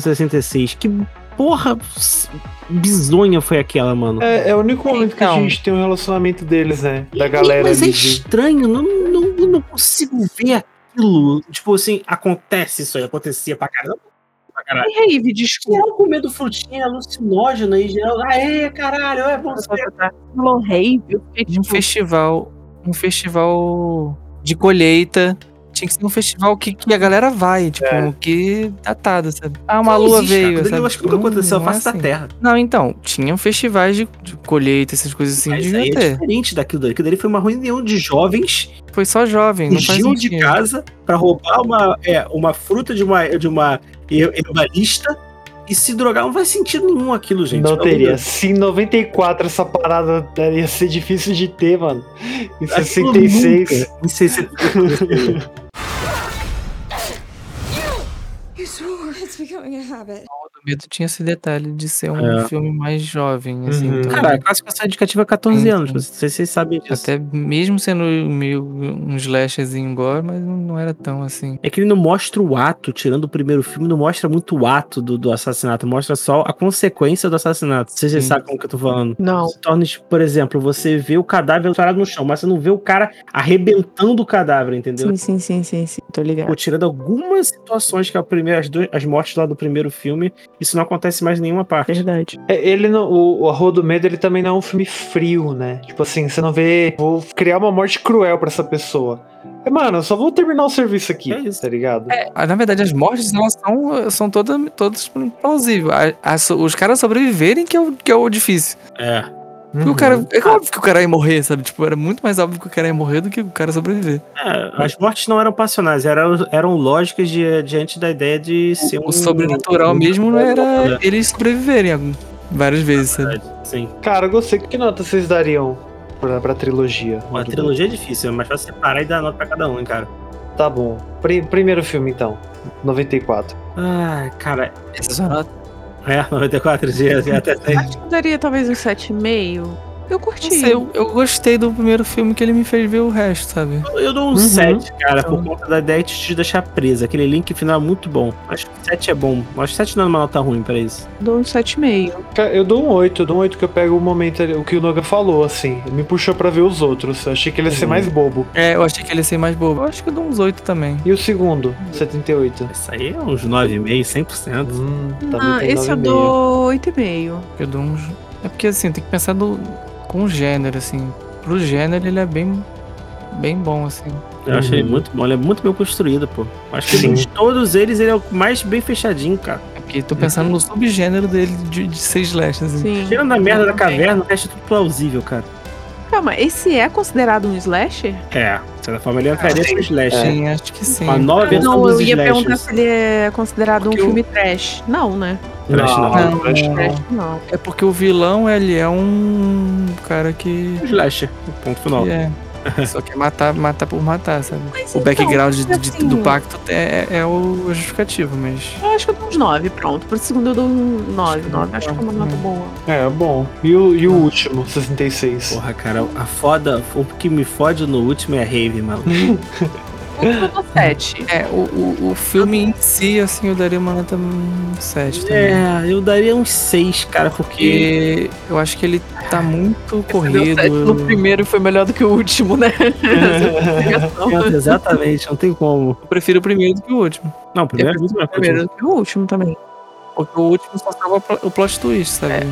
C: 1666. Que porra s- bizonha foi aquela, mano.
A: É, é o único momento que a
B: Então.
A: gente tem um relacionamento deles, né? Da galera
C: Mas é
A: ali. de-
C: estranho, não, não, eu não consigo ver aquilo. Tipo assim, acontece isso aí, acontecia pra caramba. Pra caralho.
D: E aí,
C: E
D: desculpa.
C: ela comendo frutinha alucinógena e geral. Aê, caralho, é você.
D: Falou rave, eu fiquei
B: Um
D: tipo,
B: festival. Um festival de colheita. Tinha que ser um festival que, que a galera vai, tipo,
C: É.
B: que datado, sabe? Ah, uma lua veio. sabe?
C: Eu acho que nunca
B: Tipo,
C: aconteceu a
B: não é
C: face da
B: assim.
C: Terra.
B: Não, então, tinham festivais de, de colheita, essas coisas assim,
C: Mas
B: devia
C: aí é
B: ter.
C: diferente daquilo dali. Aquilo dali foi uma reunião de jovens
B: Foi só jovem, não faz
C: fugiu de
B: sentido.
C: casa pra roubar uma, é, uma fruta de uma, de uma her- herbalista e se drogar. Não faz sentido nenhum aquilo, gente. É
A: Não
C: Pelo amor de
A: teria.
C: Deus.
A: Se em 94 essa parada né, ia ser difícil de ter, mano. é Em
C: Aquilo
A: 66.
C: nunca, Em 66.
E: You swore it's becoming a habit.
B: O medo tinha esse detalhe de ser um
C: É.
B: filme mais jovem, assim.
A: Uhum.
B: então-
C: Cara, a classificação indicativa é 14
B: Sim,
C: anos.
B: sim.
C: Não sei se vocês sabem disso.
B: Até mesmo sendo meio um slasherzinho embora, mas não- não era tão assim.
C: É que ele não mostra o ato, tirando o primeiro filme, não mostra muito o ato do, do assassinato, mostra só a consequência do assassinato. Vocês já
B: Sim.
C: sabem como que eu tô falando.
D: não.
C: Se torna, tipo, por exemplo, você vê o cadáver parado no chão, mas você não vê o cara arrebentando o cadáver, entendeu?
D: Sim, sim, sim, sim, sim, tô
C: Pô,
D: ligado.
C: tirando algumas situações que é o primeiro, as, duas- as mortes lá do primeiro filme, isso não acontece mais em nenhuma parte.
D: Verdade.
A: É, Ele não, o, o Arroa do Medo ele também não é um filme frio, né? Tipo assim, você não vê. Vou criar uma morte cruel pra essa pessoa. É, mano, eu só vou terminar o serviço aqui,
C: É isso.
A: tá ligado?
B: Ah, Na verdade, as mortes elas são, são todas, todas plausíveis. A- a so- os caras sobreviverem que é o, que é o difícil.
C: É.
A: Uhum.
B: Porque o cara. É óbvio que o cara ia morrer, sabe? Tipo, era muito mais óbvio que o cara ia morrer do que o cara sobreviver.
C: É, as mortes não eram passionais, eram, eram lógicas di- diante da ideia de ser um.
B: O sobrenatural
C: um-
B: mesmo não
C: É,
B: era eles sobreviverem algum- várias vezes, sabe?
C: verdade, É, Sim.
A: Cara, eu gostei. Que nota vocês dariam pra, pra trilogia?
C: Pô, A trilogia é difícil, mas fácil separar e dar nota pra cada um, hein, cara.
A: Tá bom. Pri- primeiro filme, então. 94.
C: Ah, cara.
B: Essa é a nota.
C: É, 94 dias, até 100.
D: Acho que eu daria talvez um 7,5. Eu
B: Não
D: curti.
B: sei, eu, eu gostei do primeiro filme que ele me fez ver o resto, sabe?
C: Eu- Eu dou um
A: Uhum.
C: 7, cara, por conta da ideia de te deixar presa. Aquele link final é muito bom. Acho que 7 é bom. Acho que 7 não é uma nota ruim pra isso.
D: Dou um 7,5.
A: Cara, eu dou um 8, eu dou um 8 que eu pego o momento, ali- o que o Noga falou, assim. Me puxou pra ver os outros. Eu achei que ele ia ser
C: Uhum.
A: mais bobo.
B: É, eu achei que ele ia ser mais bobo. Eu acho que eu dou uns 8 também.
A: E o segundo, 78.
C: Isso aí é uns 9,5, 100%.
A: Hum, tá
D: Ah, esse eu dou 8,5.
B: Eu dou uns. É porque assim, tem que pensar do... com o gênero, assim. Pro gênero ele é bem. Bem bom, assim.
C: Eu achei
A: Uhum.
C: muito bom. Ele é muito bem construído, pô. Acho que
A: Sim.
C: de todos eles, ele é o mais bem fechadinho, cara.
B: É porque tô pensando no subgênero dele de, de ser slash, assim.
D: Sim.
C: Tirando a merda da
D: Também.
C: caverna, o resto é tudo plausível, cara.
D: Calma, esse é considerado um slasher?
C: É, de certa forma ele entraria no Slash.
A: É.
C: hein?
B: Sim, acho que sim.
C: Uma nova versão
D: Ah, não,
C: dos
D: eu ia
C: Slashers.
D: perguntar se ele é considerado
B: Porque
D: um
B: eu-
D: filme trash. Não, né?
C: Trash não.
B: Não,
C: Trash não.
D: Trash não.
B: É porque o vilão, ele é um cara que.
C: Slash, ponto final.
B: que é. Só quer matar, matar por matar, sabe?
D: Mas
B: O
D: então,
B: background de- de-
D: assim,
B: do pacto é, é o justificativo, mas.
D: Eu acho que eu dou uns 9, pronto. Pro segundo eu dou um 9. 9 acho que é uma nota boa.
A: É, bom. E o, e o último, 66.
C: Porra, cara, a foda, o que me fode no último é a Rave, mano.
D: O último eu dou 7.
B: É, o, o, o filme em si, assim, eu daria uma nota 7 também.
C: É, eu daria uns 6, cara, porque.
B: Porque eu acho que ele tá muito
D: Deu
B: corrido.
D: sete No primeiro foi melhor do que o último, né? É.
C: Exatamente, não tem como.
B: Eu prefiro o primeiro do que o último.
C: Não, primeiro é muito mais
D: Primeiro do que o último também.
B: Porque o último só salva pl- o plot twist, sabe?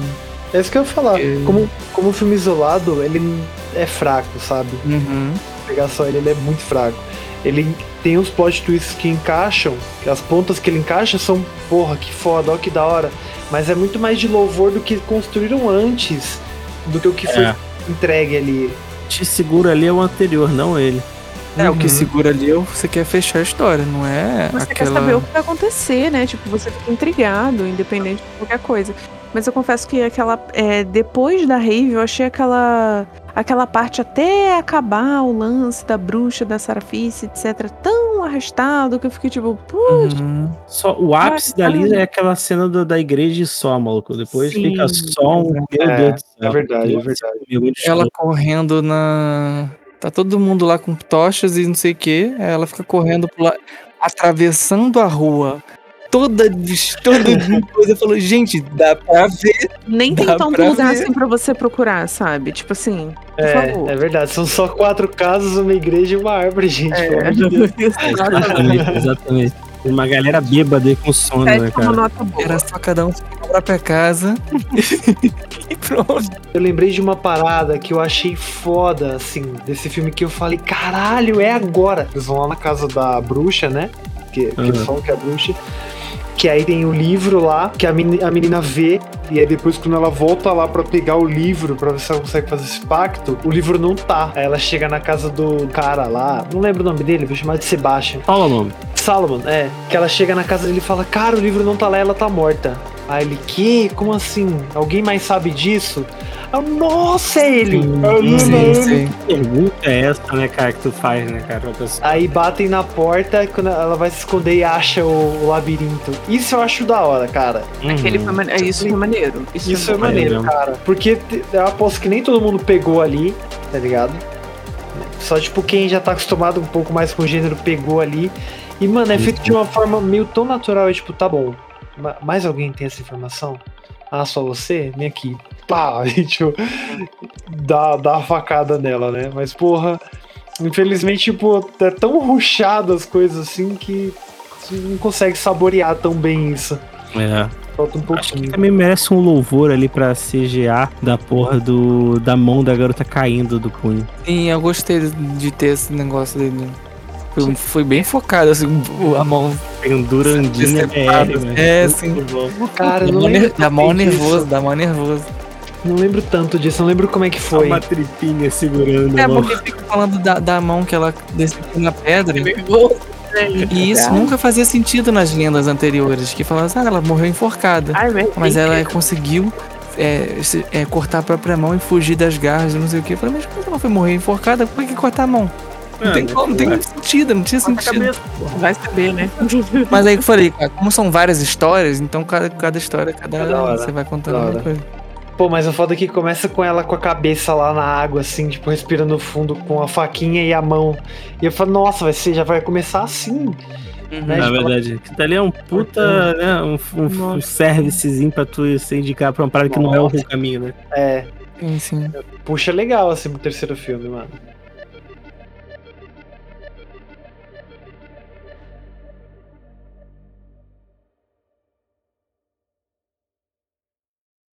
A: É isso que eu ia falar.
B: É.
A: Como, como filme isolado, ele é fraco, sabe?
B: Uhum.
A: pegar só ele, ele é muito fraco. Ele tem os plot twists que encaixam, que as pontas que ele encaixa são, porra, que foda, ó que da hora. Mas é muito mais de louvor do que construíram antes, do que o que foi
C: É.
A: entregue ali.
C: Te seguro ali é o anterior, não ele.
B: É, o
A: Uhum.
B: que segura ali é o- você quer fechar a história, não é
D: Você
B: aquela...
D: quer saber o que vai acontecer, né? Tipo, você fica intrigado, independente de qualquer coisa. Mas eu confesso que aquela. é, depois da rave, eu achei aquela. Aquela parte até acabar o lance da bruxa, da Sarafice, etc., tão arrastado que eu fiquei tipo, putz,
B: Uhum.
C: Só o ápice
D: Vai,
C: dali
D: vai.
C: é aquela cena da, da igreja e só, maluco. Depois
D: Sim.
C: fica só um. Meu
A: É,
C: Deus do
A: é
C: céu.
A: verdade, é verdade.
C: Comigo, desculpa.
B: Ela correndo na... Tá todo mundo lá com tochas e não sei o quê. aí Ela fica correndo por lá, atravessando a rua. Toda, des- toda de coisa falou, gente, dá pra ver.
D: nem tem
B: Dá
D: tanto
B: pra
D: lugar
B: ver.
D: assim pra você procurar, sabe? Tipo assim, por favor.
A: É, é verdade, são só quatro casas, uma igreja e uma árvore, gente.
D: É.
B: é.
A: pelo amor de Deus.
B: né,
C: Exatamente, exatamente. Uma galera bêbada e com sono, né,
D: Sete é uma
C: cara?
D: nota boa.
B: Era só cada um ficar na própria casa. e pronto.
A: Eu lembrei de uma parada que eu achei foda, assim, desse filme que eu falei, caralho, é agora. Eles vão lá na casa da bruxa, né? Que, que
C: Uhum.
A: eles falam que é a bruxa. Que aí tem o livro lá, que a, meni- a menina vê, e aí depois quando ela volta lá pra pegar o livro, pra ver se ela consegue fazer esse pacto, o livro não tá. Aí ela chega na casa do cara lá, não lembro o nome dele, vou chamar de Sebastian.
C: Fala o nome.
A: Salomon, é. Que ela chega na casa dele e fala: Cara, o livro não tá lá, ela tá morta. Aí ele, que? Como assim? Alguém mais sabe disso? Aí eu, Nossa, é ele! Eu, não, não,
B: Sim,
A: não.
B: sim.
C: Que pergunta é essa, né, cara, que tu faz, né, cara? pra pessoa?
A: Aí batem na porta, quando ela vai se esconder e acha o, o labirinto. Isso eu acho da hora, cara.
D: Aquele
C: Uhum.
D: foi mane- é, Isso foi maneiro. Isso,
A: Isso
D: é
A: é
D: bom.
A: maneiro,
C: Maneiro.
A: cara. Porque te- eu aposto que nem todo mundo pegou ali, tá ligado? Só, tipo, quem já tá acostumado um pouco mais com o gênero pegou ali. E, mano, é feito de uma forma meio tão natural. É tipo, tá bom. ma- Mais alguém tem essa informação? Ah, só você? Vem aqui. Pá! E, tipo, dá, dá uma facada nela, né? Mas, porra, infelizmente, tipo, é tão ruchado as coisas assim que você não consegue saborear tão bem isso.
C: É.
A: Falta um
C: Acho que
A: pouquinho.
C: também merece um louvor ali pra CGA da porra do, da mão da garota caindo do punho.
B: Sim, eu gostei de- de ter esse negócio dele. Foi, um, foi bem focado, assim, o- a mão.
C: um Pendurandinha
B: Separado,
C: BR, né?
B: é, sim.
C: Muito bom.
A: Cara,
B: Dá
A: eu não
B: mó
A: lembro é
B: ner- dá mal
A: também disso.
B: nervoso, dá mal nervoso.
A: Não lembro tanto disso, não lembro como é que
C: Foi.
A: foi.
C: Uma tripinha segurando
B: É,
C: a mão.
B: porque fica falando da, da mão que ela desceu na pedra.
A: É
D: Nervoso, né?
B: E isso
D: Cara.
B: nunca fazia sentido nas lendas anteriores, que falavam assim, ah, ela morreu enforcada.
D: Ai,
A: Ah,
D: mas
B: Mas ela conseguiu é, se- é, cortar a própria mão e fugir das garras, não sei o quê. Eu falei, mas como ela foi morrer enforcada? Por que cortar a mão?
A: É,
B: Não tem como, não tem sentido, não tinha sentido.
D: vai saber, né?
B: Mas aí que eu falei, cara, como são várias histórias, então cada, cada história, cada,
A: Cada É hora,
B: você vai contando
A: cada
B: uma coisa.
A: Pô, mas o foda é que começa com ela com a cabeça lá na água, assim, tipo, respirando fundo com a faquinha e a mão. E eu falo, nossa, vai ser, já vai começar assim. né?
C: Na
A: Tipo, ela-
C: verdade, que tá ali é um puta, né? Um, um, um
D: Nossa.
C: servicezinho pra tu se indicar pra uma parada que não é o
A: Nossa.
C: teu caminho, né?
A: é,
B: Sim, sim.
A: puxa legal, assim, pro terceiro filme, mano.